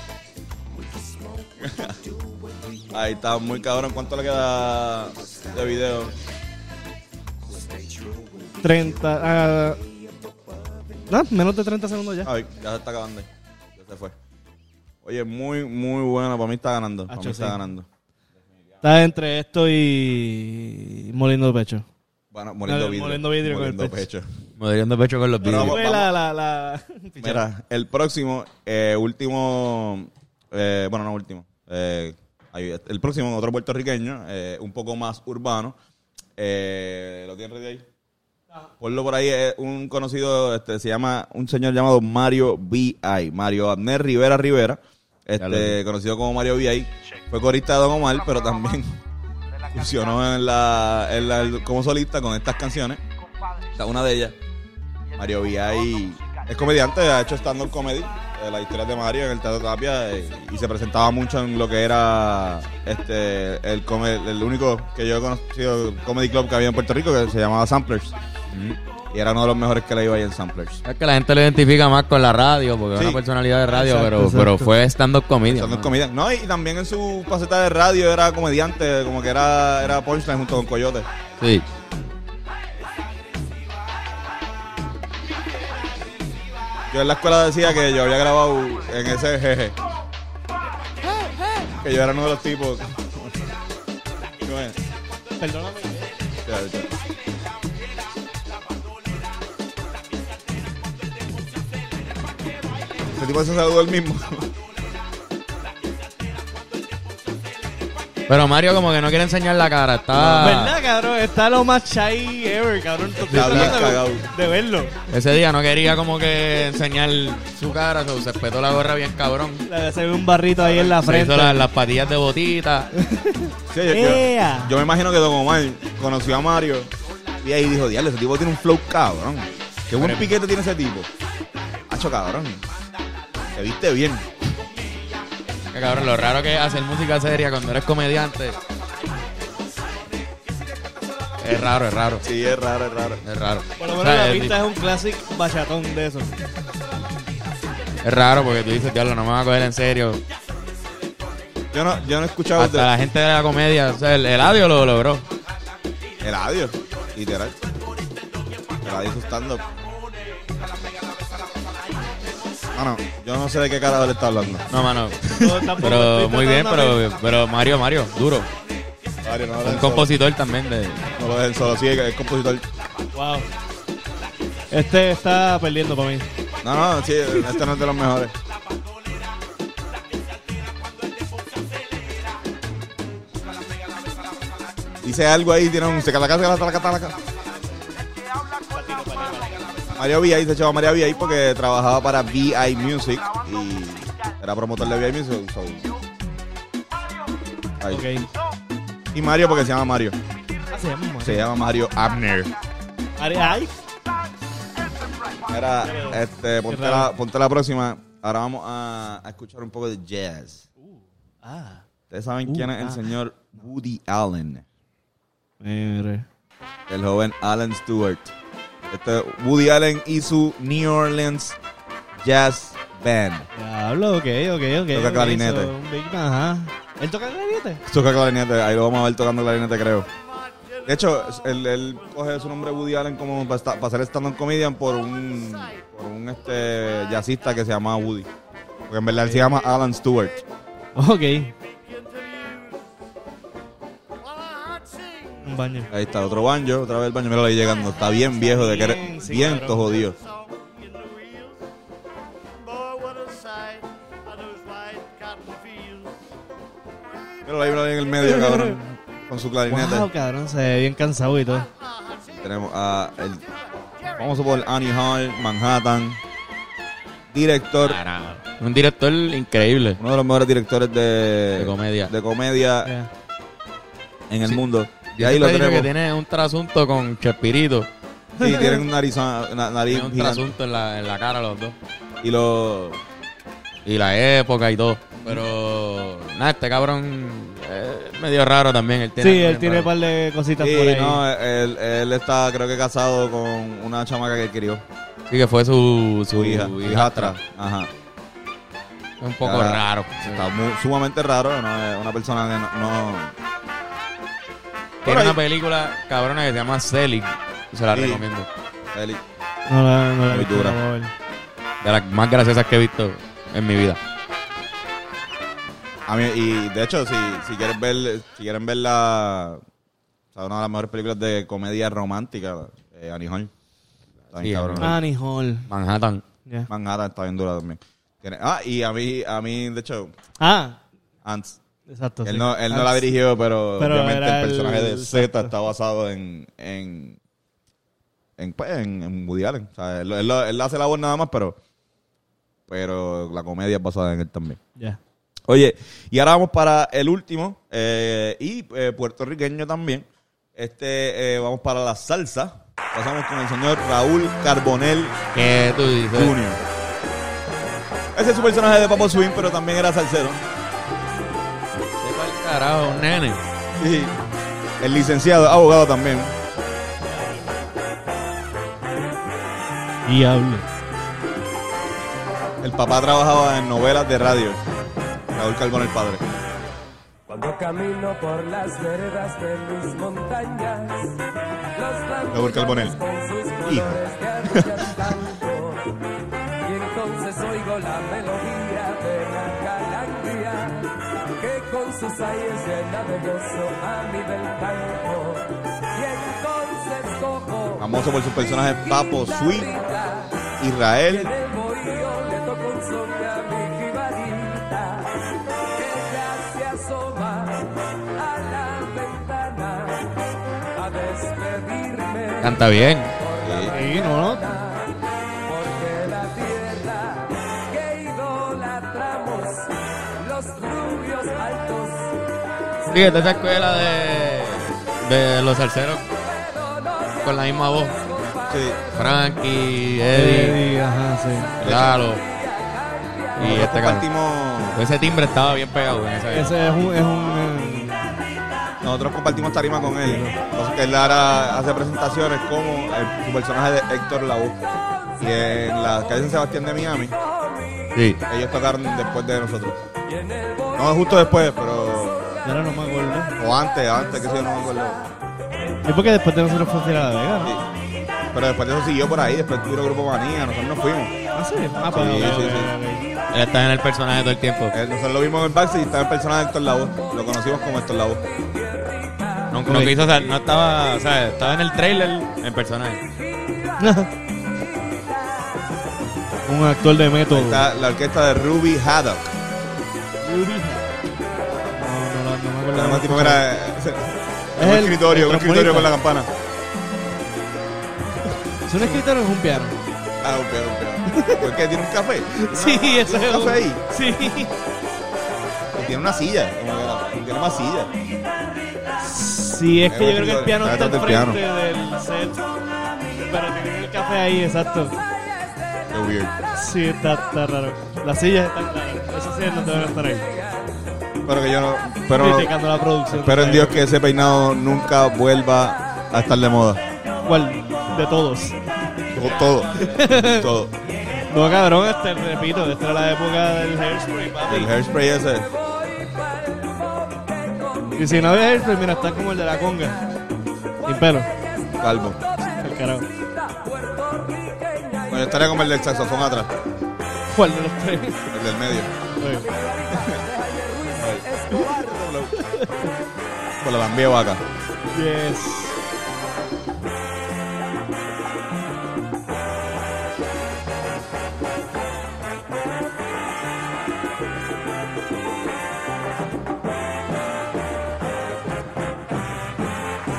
Speaker 1: [LAUGHS] ahí está, muy cabrón. ¿Cuánto le queda de video?
Speaker 3: 30 ah, no, menos de 30 segundos ya.
Speaker 1: Ay, ya se está acabando. Ya se fue. Oye, muy, muy bueno. Para mí está ganando. Para
Speaker 3: Hacho,
Speaker 1: mí está
Speaker 3: sí.
Speaker 1: ganando.
Speaker 3: Está entre esto y moliendo el pecho.
Speaker 1: Bueno, moliendo
Speaker 3: Dale,
Speaker 1: vidrio.
Speaker 3: moliendo vidrio con el
Speaker 1: Moliendo
Speaker 3: pecho.
Speaker 2: Moderiendo pecho con los
Speaker 1: Pero
Speaker 2: videos.
Speaker 1: vamos-
Speaker 3: Fue la la la [LAUGHS]
Speaker 1: Mira, el próximo, eh, último, eh, bueno, no último, eh, ahí, el próximo, otro puertorriqueño, eh, un poco más urbano, eh, lo tienen ready ahí. Ponlo por ahí, es un conocido, este, se llama, un señor llamado Mario B.I., Mario Abner Rivera Rivera,
Speaker 2: Ya lo
Speaker 1: este,
Speaker 2: vi.
Speaker 1: conocido como Mario B.I., fue corista de Don Omar, pero también [LAUGHS] funcionó en la, en la- como solista con estas canciones, Esta es una de ellas. Mario Villay es comediante, ha hecho stand-up comedy, eh, las historias de Mario en el Teatro Tapia eh, y se presentaba mucho en lo que era este el, come- el único que yo he conocido comedy club que había en Puerto Rico que se llamaba Samplers y era uno de los mejores que le iba ahí en Samplers.
Speaker 2: Es que la gente lo identifica más con la radio, porque
Speaker 1: Sí.
Speaker 2: es una personalidad de radio,
Speaker 3: Exacto,
Speaker 2: pero,
Speaker 3: exacto.
Speaker 2: pero fue stand-up comedy.
Speaker 1: Stand-up comedian. No, y también en su faceta de radio era comediante, como que era, era punchline junto con Coyote.
Speaker 2: Sí.
Speaker 1: Yo en la escuela decía que yo había grabado en ese jeje. Que yo era uno de los tipos. ¿Cómo es?
Speaker 3: Perdóname.
Speaker 1: Ya, ya. Ese tipo se saludó el mismo.
Speaker 2: Pero Mario como que no quiere enseñar la cara, está...
Speaker 3: ¿Verdad, cabrón? Está lo más shy ever, cabrón. Tú-
Speaker 1: Está
Speaker 3: tú-
Speaker 1: bien
Speaker 3: tú-
Speaker 1: cagado.
Speaker 3: De verlo.
Speaker 2: Ese día no quería como que enseñar su cara, so, se espetó la gorra bien cabrón.
Speaker 3: Le- Se ve un barrito ahí en la
Speaker 2: Se hizo
Speaker 3: frente.
Speaker 2: la- las patillas de botita.
Speaker 1: Sí, yo, yo-
Speaker 3: ¡Ea!
Speaker 1: yo me imagino que Don Omar conoció a Mario y ahí dijo, diablo, ese tipo tiene un flow cabrón. Qué buen piquete tiene ese tipo. Hacho cabrón. Te viste bien.
Speaker 2: Que cabrón, lo raro que es hacer música seria cuando eres comediante. Es raro, es raro.
Speaker 1: Sí, es raro, es raro.
Speaker 2: Es raro.
Speaker 3: Por lo
Speaker 2: O
Speaker 3: menos
Speaker 2: sea,
Speaker 3: la
Speaker 2: es,
Speaker 3: pista es un classic bachatón de esos.
Speaker 2: es raro porque tú dices, diablo, no me van a coger en serio.
Speaker 1: Yo no, yo no he escuchado
Speaker 2: Hasta la gente de la comedia, o sea, el, el audio lo logró.
Speaker 1: de- el adiós, literal. El adiós stand-up. Bueno, yo Ah, no sé de qué carajo le está hablando.
Speaker 2: No, mano.
Speaker 3: No, tampoco
Speaker 2: Pero
Speaker 3: estoy
Speaker 2: muy bien,
Speaker 3: tratando
Speaker 2: pero, pero Mario, Mario, duro.
Speaker 1: Mario, no lo
Speaker 2: Un
Speaker 1: dejen
Speaker 2: compositor también de.
Speaker 1: solo. No lo dejen solo, sí, es compositor.
Speaker 3: Wow. Este está perdiendo para mí.
Speaker 1: No, no, sí, este no es de los mejores. Dice algo ahí, tiene un... se cala, cala, cala, cala, cala. Mario VI se echaba Mario VI porque trabajaba para VI Music y era promotor de VI Music. so- Ahí.
Speaker 3: Ok.
Speaker 1: Y Mario porque se llama Mario.
Speaker 3: Ah, se llama,
Speaker 1: Se llama Mario Abner.
Speaker 3: Ari- Ay,
Speaker 1: Era, este, ponte
Speaker 3: raro.
Speaker 1: la, ponte la próxima. Ahora vamos a, a escuchar un poco de jazz.
Speaker 3: Uh, Ah.
Speaker 1: Ustedes saben quién es el señor Woody Allen.
Speaker 3: Mire.
Speaker 1: El joven Alan Stewart. Este Woody Allen y su New Orleans Jazz Band.
Speaker 3: Diablo, ok, ok, ok.
Speaker 1: Toca
Speaker 3: ok,
Speaker 1: clarinete.
Speaker 3: so, un big- ajá. ¿Él toca clarinete?
Speaker 1: Toca clarinete, ahí lo vamos a ver tocando clarinete, creo. De hecho, él, él coge su nombre Woody Allen como para, esta- para ser stand-up comedian por un, por un este, jazzista que se llama Woody. Porque en verdad él se llama Alan Stewart.
Speaker 3: Ok. Un baño.
Speaker 1: Ahí está, otro banjo, otra vez el baño. Míralo ahí llegando, está bien viejo, de que
Speaker 3: Bien,
Speaker 1: eres
Speaker 3: sí,
Speaker 1: viento
Speaker 3: cabrón.
Speaker 1: jodido. Míralo ahí, míralo ahí en el medio, cabrón, con su clarinete.
Speaker 3: Wow, cabrón, se ve bien cansado y todo.
Speaker 1: Tenemos a el famoso por Annie Hall, Manhattan, director,
Speaker 2: Un director increíble
Speaker 1: uno de los mejores directores
Speaker 2: de
Speaker 1: de,
Speaker 2: comedia.
Speaker 1: de comedia
Speaker 3: Yeah.
Speaker 1: en el
Speaker 2: Sí.
Speaker 1: mundo. Y
Speaker 2: Yo
Speaker 1: ahí lo
Speaker 2: siempre he
Speaker 1: tenemos.
Speaker 2: dicho que tiene un trasunto con Chespirito.
Speaker 1: Sí, tienen un nariz, na- nariz
Speaker 2: Tiene un
Speaker 1: gigante.
Speaker 2: trasunto en la, en la cara los dos.
Speaker 1: Y lo.
Speaker 2: Y la época y todo. Pero, nada, este cabrón es medio raro también. Él tiene
Speaker 3: Sí,
Speaker 2: algo
Speaker 3: él
Speaker 2: bien
Speaker 3: tiene un par
Speaker 2: raro.
Speaker 3: de cositas
Speaker 1: Sí,
Speaker 3: por ahí.
Speaker 1: no, él, él está, creo que casado con una chamaca que crió,
Speaker 2: Sí, que fue su,
Speaker 1: su hija, hijastra. Ajá.
Speaker 2: Es un poco
Speaker 1: Cara.
Speaker 2: raro.
Speaker 1: Está mu- sumamente raro, ¿no? Es Una persona que no. no- Por
Speaker 2: Tiene
Speaker 1: ahí.
Speaker 2: una película cabrona que se llama Selig. Se la
Speaker 1: Sí.
Speaker 2: recomiendo.
Speaker 1: él-
Speaker 3: No, la- no la he
Speaker 1: Muy
Speaker 3: visto,
Speaker 1: dura.
Speaker 3: la voy a ver.
Speaker 2: De las más graciosas que he visto en mi vida.
Speaker 1: A mí, y de hecho, si, si quieres ver, si quieren ver la, o sea, una de las mejores películas de comedia romántica, eh, Annie Hall. Está bien
Speaker 2: Sí,
Speaker 1: cabrón.
Speaker 3: Annie Hall.
Speaker 2: Manhattan.
Speaker 3: Yeah.
Speaker 1: Manhattan está bien dura también. Tiene- ah, y a mí, a mí, de hecho,
Speaker 3: Ah,
Speaker 1: Ants.
Speaker 3: exacto.
Speaker 1: Él
Speaker 3: sí.
Speaker 1: no, él no
Speaker 3: Ah,
Speaker 1: la dirigió, pero,
Speaker 3: Pero
Speaker 1: obviamente
Speaker 3: era
Speaker 1: el
Speaker 3: el-
Speaker 1: personaje de Z
Speaker 3: exacto.
Speaker 1: está basado en, en, en, pues, en, en Woody Allen. O sea, él, él lo- él hace la voz nada más, pero, pero la comedia es basada en él también.
Speaker 3: yeah.
Speaker 1: Oye, y ahora vamos para el último, eh, y eh, puertorriqueño también. Este, eh, vamos para la salsa. Pasamos con el señor Raúl Carbonel
Speaker 2: ¿Qué tú dices?
Speaker 1: Jr. Ese es su personaje de Papo Swing, pero también era salsero.
Speaker 2: ¿Qué pa'l carajo, un nene?
Speaker 1: Sí. El licenciado, abogado también.
Speaker 3: Diablo.
Speaker 1: El papá trabajaba en novelas de radio. Raúl Carbonel padre.
Speaker 6: Cuando camino por las veredas de mis montañas, los
Speaker 1: Raúl Carbonell.
Speaker 6: bandoneones con sus
Speaker 1: Hijo.
Speaker 6: colores que arrullan tanto, y entonces oigo la melodía de la calandria, que con sus aires llena de gozo a mi del campo, y entonces cojo
Speaker 1: Famoso por sus personajes
Speaker 6: mi
Speaker 1: Papo Swing,
Speaker 6: guitarrita, que
Speaker 1: Israel.
Speaker 6: de bohío le toco un son a mi jibarita, que ya se asoma a la ventana a despedirme
Speaker 2: Canta bien.
Speaker 3: Sí, no, no.
Speaker 6: porque la tierra que idolatramos los rubios altos
Speaker 2: Sí, esta es la escuela de, de los salseros con la misma voz.
Speaker 1: Sí.
Speaker 2: Frankie,
Speaker 1: Eh,
Speaker 2: Eddie,
Speaker 3: Sí, ajá, sí.
Speaker 2: Lalo. Y este cabrón.
Speaker 1: compartimos,
Speaker 2: Ese timbre estaba bien pegado en esa época.
Speaker 3: Ese es un... Es un eh,
Speaker 1: nosotros compartimos tarima con él. Entonces que él ahora hace presentaciones como el- su personaje de Héctor Lavoe. Y en la calle San Sebastián de Miami,
Speaker 2: Sí.
Speaker 1: ellos tocaron después de nosotros. No justo después, pero.
Speaker 3: yo ahora no me acuerdo.
Speaker 1: O antes, antes, que sé yo, no me acuerdo.
Speaker 3: Es porque después de nosotros fue Tierra de Vega, ¿no?
Speaker 1: Sí. Pero después de eso siguió por ahí, después tuvieron Grupo Manía, nosotros nos fuimos.
Speaker 3: Ah, sí. Ah, pues,
Speaker 1: Sí,
Speaker 3: ok,
Speaker 1: sí,
Speaker 3: ok,
Speaker 1: sí.
Speaker 3: ok.
Speaker 2: Él está en el personaje todo el tiempo.
Speaker 1: Eh, Nosotros lo vimos en el backstage y estaba el personaje de Héctor Lavoe. Lo conocimos como Héctor Lavoe.
Speaker 2: No, no quiso, o sea, no estaba, o sea, estaba en el trailer en personaje.
Speaker 3: [LAUGHS] un actor de método.
Speaker 1: Ahí está la orquesta de Ruby Haddock.
Speaker 3: No, no, no, no me acuerdo.
Speaker 1: Además, tipo, mira, eh, se-
Speaker 3: Es
Speaker 1: un
Speaker 3: el-
Speaker 1: escritorio,
Speaker 3: el
Speaker 1: un escritorio
Speaker 3: trombonista.
Speaker 1: con la campana.
Speaker 3: ¿Es un escritor o es un piano?
Speaker 1: Ah, un pedo, un pedo. ¿Por qué? ¿Tiene un café?
Speaker 3: [LAUGHS] Sí,
Speaker 1: ¿Tiene
Speaker 3: ese es
Speaker 1: un
Speaker 3: un...
Speaker 1: café ahí?
Speaker 3: Sí.
Speaker 1: Tiene una silla. Como que la- Tiene más silla.
Speaker 3: Sí, es que yo creo que el piano
Speaker 1: Está
Speaker 3: está al
Speaker 1: detrás del
Speaker 3: frente del set. Pero tienen el café ahí, exacto.
Speaker 1: Qué weird.
Speaker 3: Sí, está, está raro. Las sillas están raras. Esas sillas no deben estar ahí.
Speaker 1: Pero que yo no. Pero,
Speaker 3: criticando la producción.
Speaker 1: pero en Dios que ese peinado nunca vuelva a estar de moda.
Speaker 3: ¿Cuál? De todos.
Speaker 1: Todo.
Speaker 3: [LAUGHS]
Speaker 1: Todo. todo.
Speaker 3: No, cabrón, este, repito, esta era la época del hairspray, papi.
Speaker 1: El hairspray ese.
Speaker 3: Y si no ves hairspray, mira, está como el de la conga. Sin pelo.
Speaker 1: Calvo.
Speaker 3: Al carajo.
Speaker 1: Bueno, estaría como el del saxofón atrás.
Speaker 3: ¿Cuál de los tres?
Speaker 1: El del medio.
Speaker 3: Oye,
Speaker 1: Por la bambía vaca.
Speaker 3: Yes.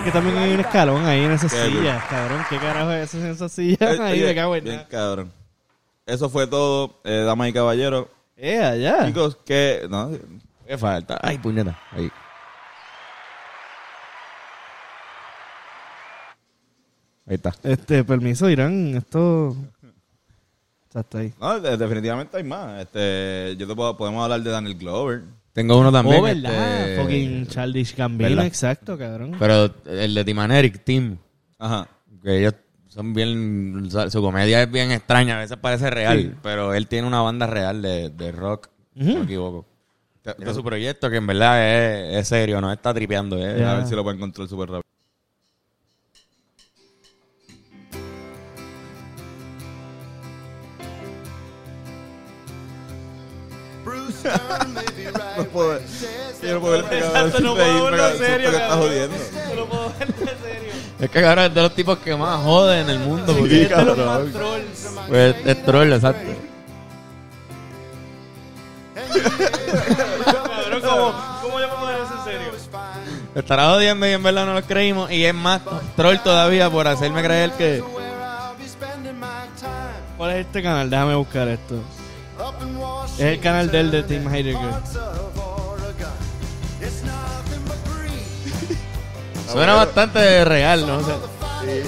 Speaker 3: Que también hay un escalón ahí en esas
Speaker 1: Qué cool.
Speaker 3: sillas, cabrón. ¿Qué carajo es eso en esas sillas?
Speaker 1: Eh,
Speaker 3: [LAUGHS] ahí
Speaker 1: oye,
Speaker 3: me cago en
Speaker 1: bien
Speaker 3: nada.
Speaker 1: cabrón. Eso fue todo, eh, damas y caballeros.
Speaker 3: Eh, allá.
Speaker 1: Chicos, que. No,
Speaker 2: ¿Qué falta? Ay, puñeta. Ahí. Ahí está.
Speaker 3: Este, permiso, Irán, esto. Ya está ahí.
Speaker 1: no, de- definitivamente hay más. Este, yo te puedo, podemos hablar de Daniel Glover.
Speaker 2: Tengo uno también.
Speaker 3: oh, verdad.
Speaker 2: este,
Speaker 3: Fucking Childish Gambino,
Speaker 2: ¿verdad?
Speaker 3: exacto, cabrón.
Speaker 2: Pero el de Tim and Eric, Tim.
Speaker 1: Ajá.
Speaker 2: Que ellos son bien. Su comedia es bien extraña, a veces parece real. Pero él tiene una banda real de, de rock, si no me equivoco. Tiene su proyecto que en verdad es, es serio, no está tripeando. es-
Speaker 3: Ya.
Speaker 1: A ver si lo puedo encontrar súper rápido. [LAUGHS] No puedo ver. Yo no puedo ver este cabrón
Speaker 3: [LAUGHS] Exacto, no
Speaker 1: sin
Speaker 3: puedo verlo
Speaker 1: reírme,
Speaker 3: serio,
Speaker 1: siento que está
Speaker 3: cabrón.
Speaker 1: jodiendo.
Speaker 3: No lo puedo ver en serio.
Speaker 2: Es que ahora es de los tipos que más jode en el mundo. porque-
Speaker 1: Sí, cabrón.
Speaker 2: Pues es troll, exacto.
Speaker 3: Cabrón, ¿cómo, ¿cómo yo puedo ver eso en serio?
Speaker 2: Lo Estará odiando y en verdad no lo creímos. Y es más troll todavía por hacerme creer que.
Speaker 3: ¿Cuál es este canal? Déjame buscar esto. Es el canal del de Tim Heidegger.
Speaker 2: Suena bastante real, ¿no? O sea,
Speaker 3: [LAUGHS]
Speaker 1: Él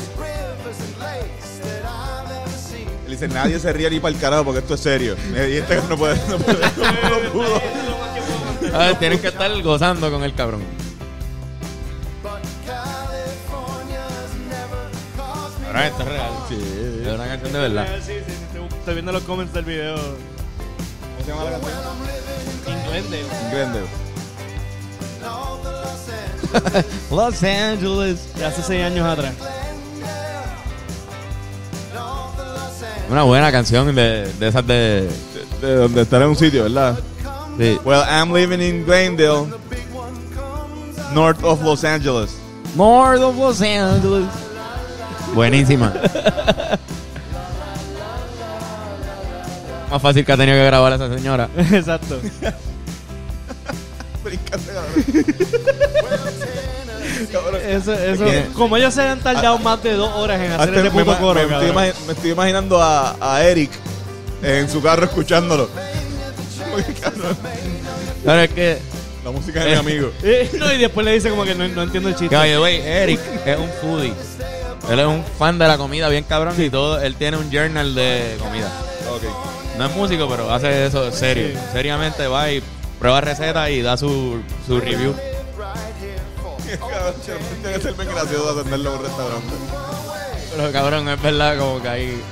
Speaker 1: dice, nadie se ríe ni para el carajo porque esto es serio. Y este no puede, no puede, no, no pudo.
Speaker 3: Ah,
Speaker 2: a ver, tienen que estar gozando con el cabrón. Pero esto es real. Es una canción de verdad.
Speaker 3: Sí, sí, sí, estoy- estoy viendo los comments del video.
Speaker 1: ¿Cómo se llama la canción?
Speaker 3: Inglés.
Speaker 1: Glendale.
Speaker 2: Los Angeles.
Speaker 3: De hace seis años atrás.
Speaker 2: Una buena canción de, de esas de.
Speaker 1: De, de donde estar en un sitio, ¿verdad?
Speaker 2: Sí.
Speaker 1: Well, I'm living in Glendale, north of Los Angeles.
Speaker 2: More of Los Angeles. Buenísima. Más fácil que ha tenido que grabar esa señora.
Speaker 3: Exacto.
Speaker 1: Brincate, cabrón.
Speaker 3: Eso, eso.
Speaker 1: Bien.
Speaker 3: Como ellos se han tardado más de dos horas en hacer
Speaker 1: Hasta
Speaker 3: este
Speaker 1: me,
Speaker 3: puto
Speaker 1: ima-
Speaker 3: coro,
Speaker 1: me estoy
Speaker 3: cabrón.
Speaker 1: imagi- me estoy imaginando a, a Eric en su carro escuchándolo. Como que, cabrón,
Speaker 2: Claro, es que.
Speaker 1: La música de mi amigo.
Speaker 3: [LAUGHS] Eh, no, y después le dice como que no, no entiendo el chiste.
Speaker 2: Que, by the way, Eric es un foodie. Él es un fan de la comida bien cabrón y todo. Él tiene un journal de comida.
Speaker 1: Ok.
Speaker 2: No es músico, pero hace eso serio.
Speaker 3: Sí.
Speaker 2: Seriamente va y prueba recetas y da su, su review.
Speaker 1: Cabrón, tiene que ser bien gracioso atenderlo a un restaurante.
Speaker 2: Pero cabrón, es verdad como que ahí... [LAUGHS]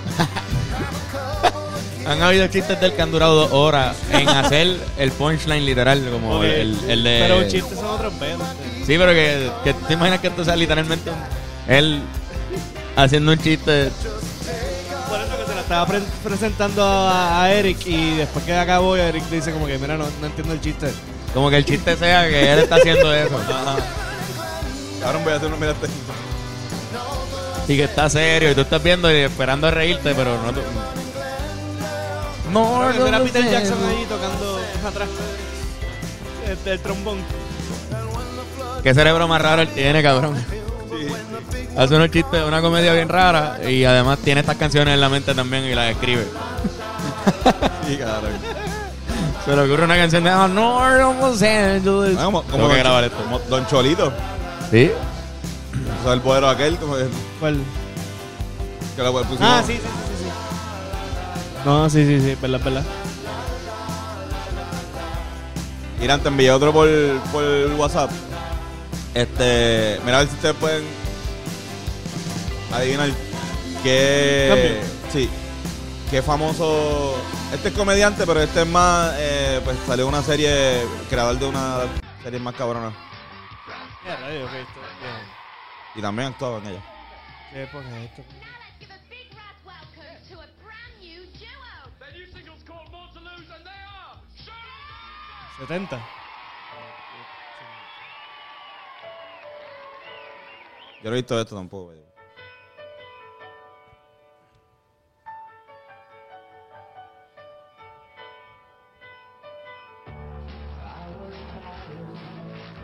Speaker 2: Han habido chistes del que han durado dos horas en hacer el punchline literal, como
Speaker 3: Ok.
Speaker 2: el, el de...
Speaker 3: Pero chistes son otros pedos. este.
Speaker 2: Sí, pero que, que te imaginas que esto sea literalmente un- él haciendo un chiste
Speaker 3: Por eso que se la estaba pre- presentando a, a Eric y después que acabó Eric dice como que mira, no, no entiendo el chiste.
Speaker 2: Como que el chiste sea que él está haciendo [LAUGHS] eso.
Speaker 1: Ahora voy a hacer una mira este.
Speaker 2: Y que está serio. Y tú estás viendo y esperando a reírte, pero no. tú- No,
Speaker 3: Creo que era Peter Jackson ahí tocando atrás este, el trombón.
Speaker 2: Qué cerebro más raro él tiene, cabrón. Hace unos chistes, una comedia bien rara. Y además tiene estas canciones en la mente también y las escribe.
Speaker 1: Sí, cabrón.
Speaker 2: Se le ocurre una canción de "Ah, No, no, Los Angeles.
Speaker 1: Ah, Como, como
Speaker 2: Tengo que
Speaker 1: Don-
Speaker 2: grabar esto.
Speaker 1: Como Don Cholito.
Speaker 2: ¿Sí?
Speaker 1: O sea, el poder aquel como que,
Speaker 3: ¿Cuál?
Speaker 1: que la pusimos.
Speaker 3: Ah, sí, sí, sí, sí, sí. No, sí, sí, sí, verdad, verdad.
Speaker 1: Y Mira, te envié otro por, por WhatsApp. Este, mira a ver si ustedes pueden adivinar qué. Sí. Qué famoso. Este es comediante, pero este es más. eh, pues salió una serie. Creador de una serie más cabrona.
Speaker 3: Ya, rayos, ok, esto- ya.
Speaker 1: Y también actuaba en ella.
Speaker 3: ¿Qué pone esto?
Speaker 7: Give a big rat welcome to a brand new duo.
Speaker 8: Their new single's called More to Lose, and they are Shirley Manson
Speaker 3: 70.
Speaker 1: Yo no he visto esto tampoco. güey.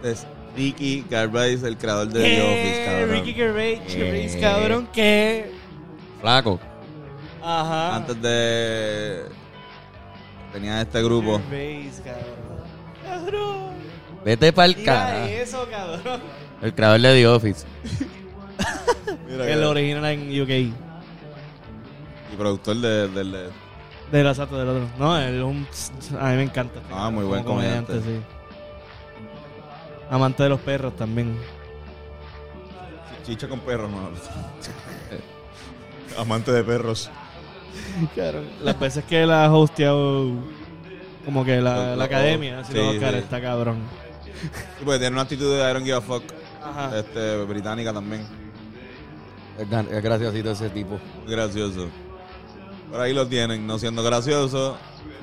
Speaker 1: Es Ricky Gervais, el creador de The Office, cabrón.
Speaker 3: Eh, Ricky Gervais, Gervais,
Speaker 2: Eh.
Speaker 3: cabrón, que...
Speaker 2: Flaco.
Speaker 3: Ajá.
Speaker 1: Antes de... Tenía este grupo.
Speaker 3: Gervais, cabrón. Cabrón.
Speaker 2: Vete pa'l
Speaker 3: Mira
Speaker 2: cara.
Speaker 3: eso, cabrón.
Speaker 2: El creador de The Office.
Speaker 1: Mira,
Speaker 3: El original en UK.
Speaker 1: y productor de- del... de-
Speaker 3: Del asalto del otro. No, él es un... A mí me encanta. este
Speaker 1: Ah,
Speaker 3: cabrón,
Speaker 1: muy buen
Speaker 3: como
Speaker 1: comediante.
Speaker 3: sí. Amante de los perros también.
Speaker 1: Chicha con perros, mano. Amante de perros.
Speaker 3: Las veces que la ha hosteado... Como que
Speaker 1: Lo-
Speaker 3: la,
Speaker 1: lo-
Speaker 3: la academia, si
Speaker 1: sí,
Speaker 3: los Oscar
Speaker 1: sí.
Speaker 3: está cabrón.
Speaker 1: Y pues tiene una actitud de I don't give a fuck.
Speaker 3: Ajá.
Speaker 1: Este, británica también.
Speaker 2: Es gan- es graciosito ese tipo.
Speaker 1: Gracioso. Por ahí lo tienen, no siendo gracioso.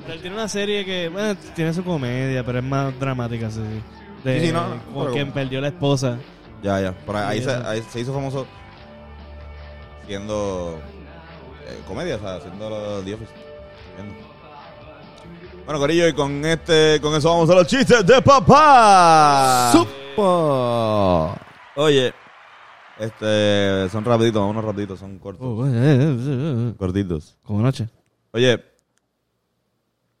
Speaker 3: Pero él tiene una serie que, bueno, tiene su comedia, pero es más dramática, sí. sí. De,
Speaker 1: Sí, sí, no, no,
Speaker 3: como
Speaker 1: pero-
Speaker 3: quien perdió la esposa.
Speaker 1: Ya, ya. Por ahí, ahí
Speaker 3: Sí,
Speaker 1: se,
Speaker 3: ya.
Speaker 1: ahí se hizo famoso siendo eh, comedia, o sea, haciendo lo- The Office. Viendo. Bueno, Corillo, y con este, con eso vamos a los chistes de papá.
Speaker 2: ¡Supo!
Speaker 1: Oye, este, son rapiditos, unos rapiditos, son cortos.
Speaker 3: Oh, eh, eh, eh, eh.
Speaker 1: Cortitos.
Speaker 3: Como noche.
Speaker 1: Oye,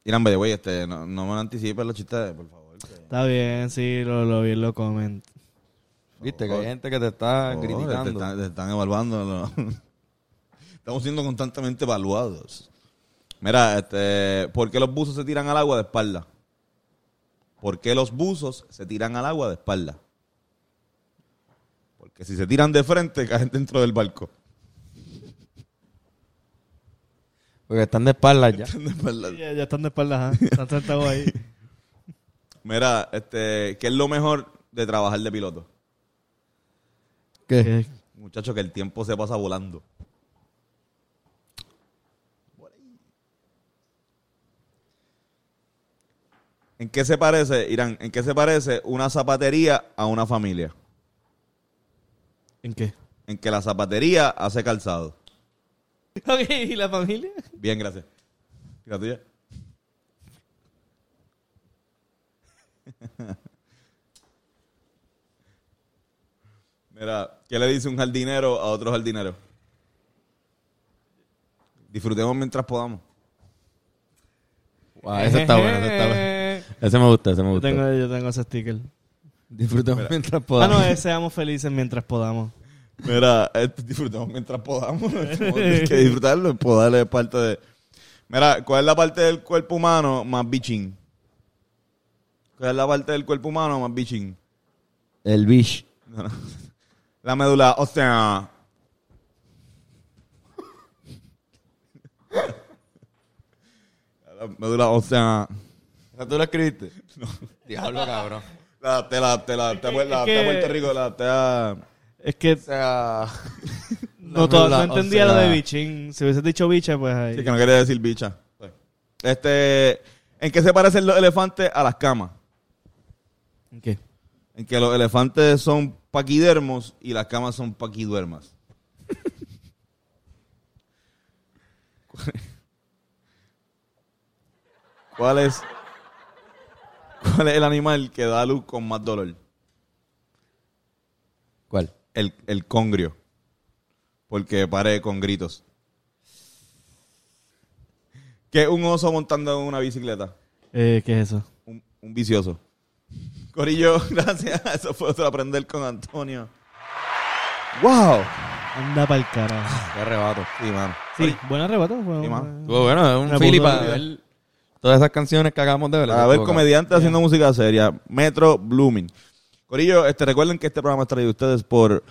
Speaker 1: Irán, by the way, este, no, no me lo anticipes los chistes, por favor. que-
Speaker 3: Está bien, sí, lo, lo vi,
Speaker 1: [LAUGHS]
Speaker 3: lo comento.
Speaker 2: Viste que hay gente que te este está
Speaker 1: Oh, Te
Speaker 2: criticando.
Speaker 1: están, te están evaluando. ¿no? [LAUGHS] Estamos siendo constantemente evaluados. Mira, este, ¿por qué los buzos se tiran al agua de espalda? ¿Por qué los buzos se tiran al agua de espalda? Porque si se tiran de frente, caen dentro del barco. [LAUGHS]
Speaker 2: Porque están de espaldas [LAUGHS] ya.
Speaker 1: De espalda.
Speaker 3: Ya, ya están de espaldas, ajá. están sentados ahí.
Speaker 1: Mira, este, ¿qué es lo mejor de trabajar de piloto?
Speaker 3: ¿Qué?
Speaker 1: Muchacho, que el tiempo se pasa volando. ¿En qué se parece, Irán? ¿En qué se parece una zapatería a una familia?
Speaker 3: ¿En qué?
Speaker 1: En que la zapatería hace calzado.
Speaker 3: [LAUGHS] Ok, ¿y la familia?
Speaker 1: [LAUGHS] Bien, gracias. ¿Y la tuya? [LAUGHS] Mira, ¿qué le dice un jardinero a otro jardinero? Disfrutemos mientras podamos.
Speaker 2: Wow, Ah, ese está bueno. Ese, está bueno. ese me gusta, ese me
Speaker 3: Yo
Speaker 2: gusta.
Speaker 3: tengo, yo tengo ese sticker.
Speaker 2: Disfrutemos mientras
Speaker 3: Ah, no,
Speaker 2: [LAUGHS] podamos.
Speaker 3: es seamos felices mientras podamos.
Speaker 1: Mira, eh, disfrutemos mientras podamos. Tenemos que disfrutarlo, podarle parte de. Mira, ¿cuál es la parte del cuerpo humano más bichín? ¿Cuál es la parte del cuerpo humano más bichín?
Speaker 2: El bish.
Speaker 1: La médula, o sea. La médula, o sea.
Speaker 2: ¿Tú lo escribiste? No. Diablo, cabrón.
Speaker 1: La adapté, la adapté, la adapté, a Puer- la
Speaker 3: es
Speaker 1: adapté a
Speaker 3: que-
Speaker 1: Puerto Rico, la adapté a.
Speaker 3: Es que
Speaker 2: O sea.
Speaker 3: no, to- no
Speaker 2: la- o
Speaker 3: entendía
Speaker 2: sea-
Speaker 3: lo de bichín. Si hubiese dicho bicha, pues ahí.
Speaker 1: Sí, que no quería decir bicha. Este. ¿En qué se parecen los elefantes a las camas?
Speaker 3: ¿En qué?
Speaker 1: En que los elefantes son paquidermos y las camas son paquiduermas. [LAUGHS] ¿Cuál es, ¿Cuál es el animal que da a luz con más dolor?
Speaker 2: ¿Cuál?
Speaker 1: El, el congrio. Porque pare con gritos. ¿Qué es un oso montando en una bicicleta?
Speaker 3: Eh, ¿Qué es eso?
Speaker 1: Un, un vicioso. Corillo, [LAUGHS] gracias. Eso fue otro aprender con Antonio. ¡Wow!
Speaker 3: Anda pa'l carajo.
Speaker 2: Qué arrebato.
Speaker 1: Sí, mano.
Speaker 3: Sí, pues, buen arrebato.
Speaker 1: Sí,
Speaker 3: Bueno,
Speaker 1: mano.
Speaker 2: Estuvo bueno, es un
Speaker 3: Una
Speaker 2: fili
Speaker 3: punta
Speaker 2: para
Speaker 3: de-
Speaker 2: ver todas esas canciones que acabamos de ver.
Speaker 1: A ver, comediante haciendo música seria. Metro Blooming. Corillo, este, recuerden que este programa es traído a ustedes por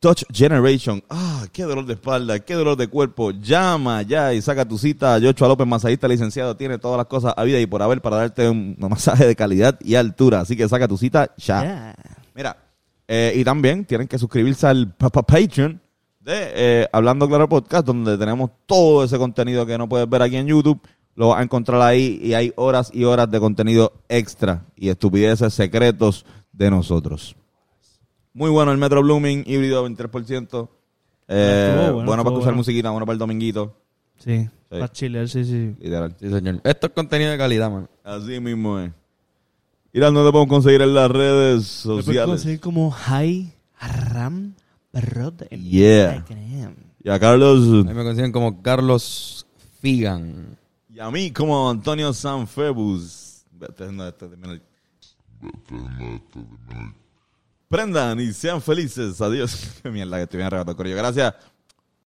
Speaker 1: Touch Generation. Ah, qué dolor de espalda, qué dolor de cuerpo. Llama ya y saca tu cita. Yochoa López, masajista licenciado, tiene todas las cosas a vida y por haber para darte un masaje de calidad y altura. Así que saca tu cita ya. Mira, eh, y también tienen que suscribirse al pa- pa- Patreon de eh, Hablando Claro Podcast, donde tenemos todo ese contenido que no puedes ver aquí en YouTube. Lo vas a encontrar ahí y hay horas y horas de contenido extra y estupideces secretos de nosotros. Muy bueno el Metro Blooming, híbrido 23%. Eh,
Speaker 3: Ah, Estuvo bueno,
Speaker 1: bueno,
Speaker 3: estuvo
Speaker 1: para escuchar
Speaker 3: bueno.
Speaker 1: musiquita, bueno para el dominguito.
Speaker 3: Sí,
Speaker 1: Sí.
Speaker 3: para chilear, sí, sí.
Speaker 1: Literal.
Speaker 2: Sí, señor. Esto es contenido de calidad, mano.
Speaker 1: Así mismo es. Irán, ¿dónde podemos conseguir en las redes sociales?
Speaker 3: como High Ram Brother.
Speaker 1: Yeah. Y a Carlos
Speaker 2: Ahí me consiguen como Carlos Figan.
Speaker 1: Y a mí como Antonio Sanfebus. Vete, no, este, termina el- [LAUGHS] Prendan y sean felices. Adiós. Qué mierda que estoy bien arrebatado, Corillo. Gracias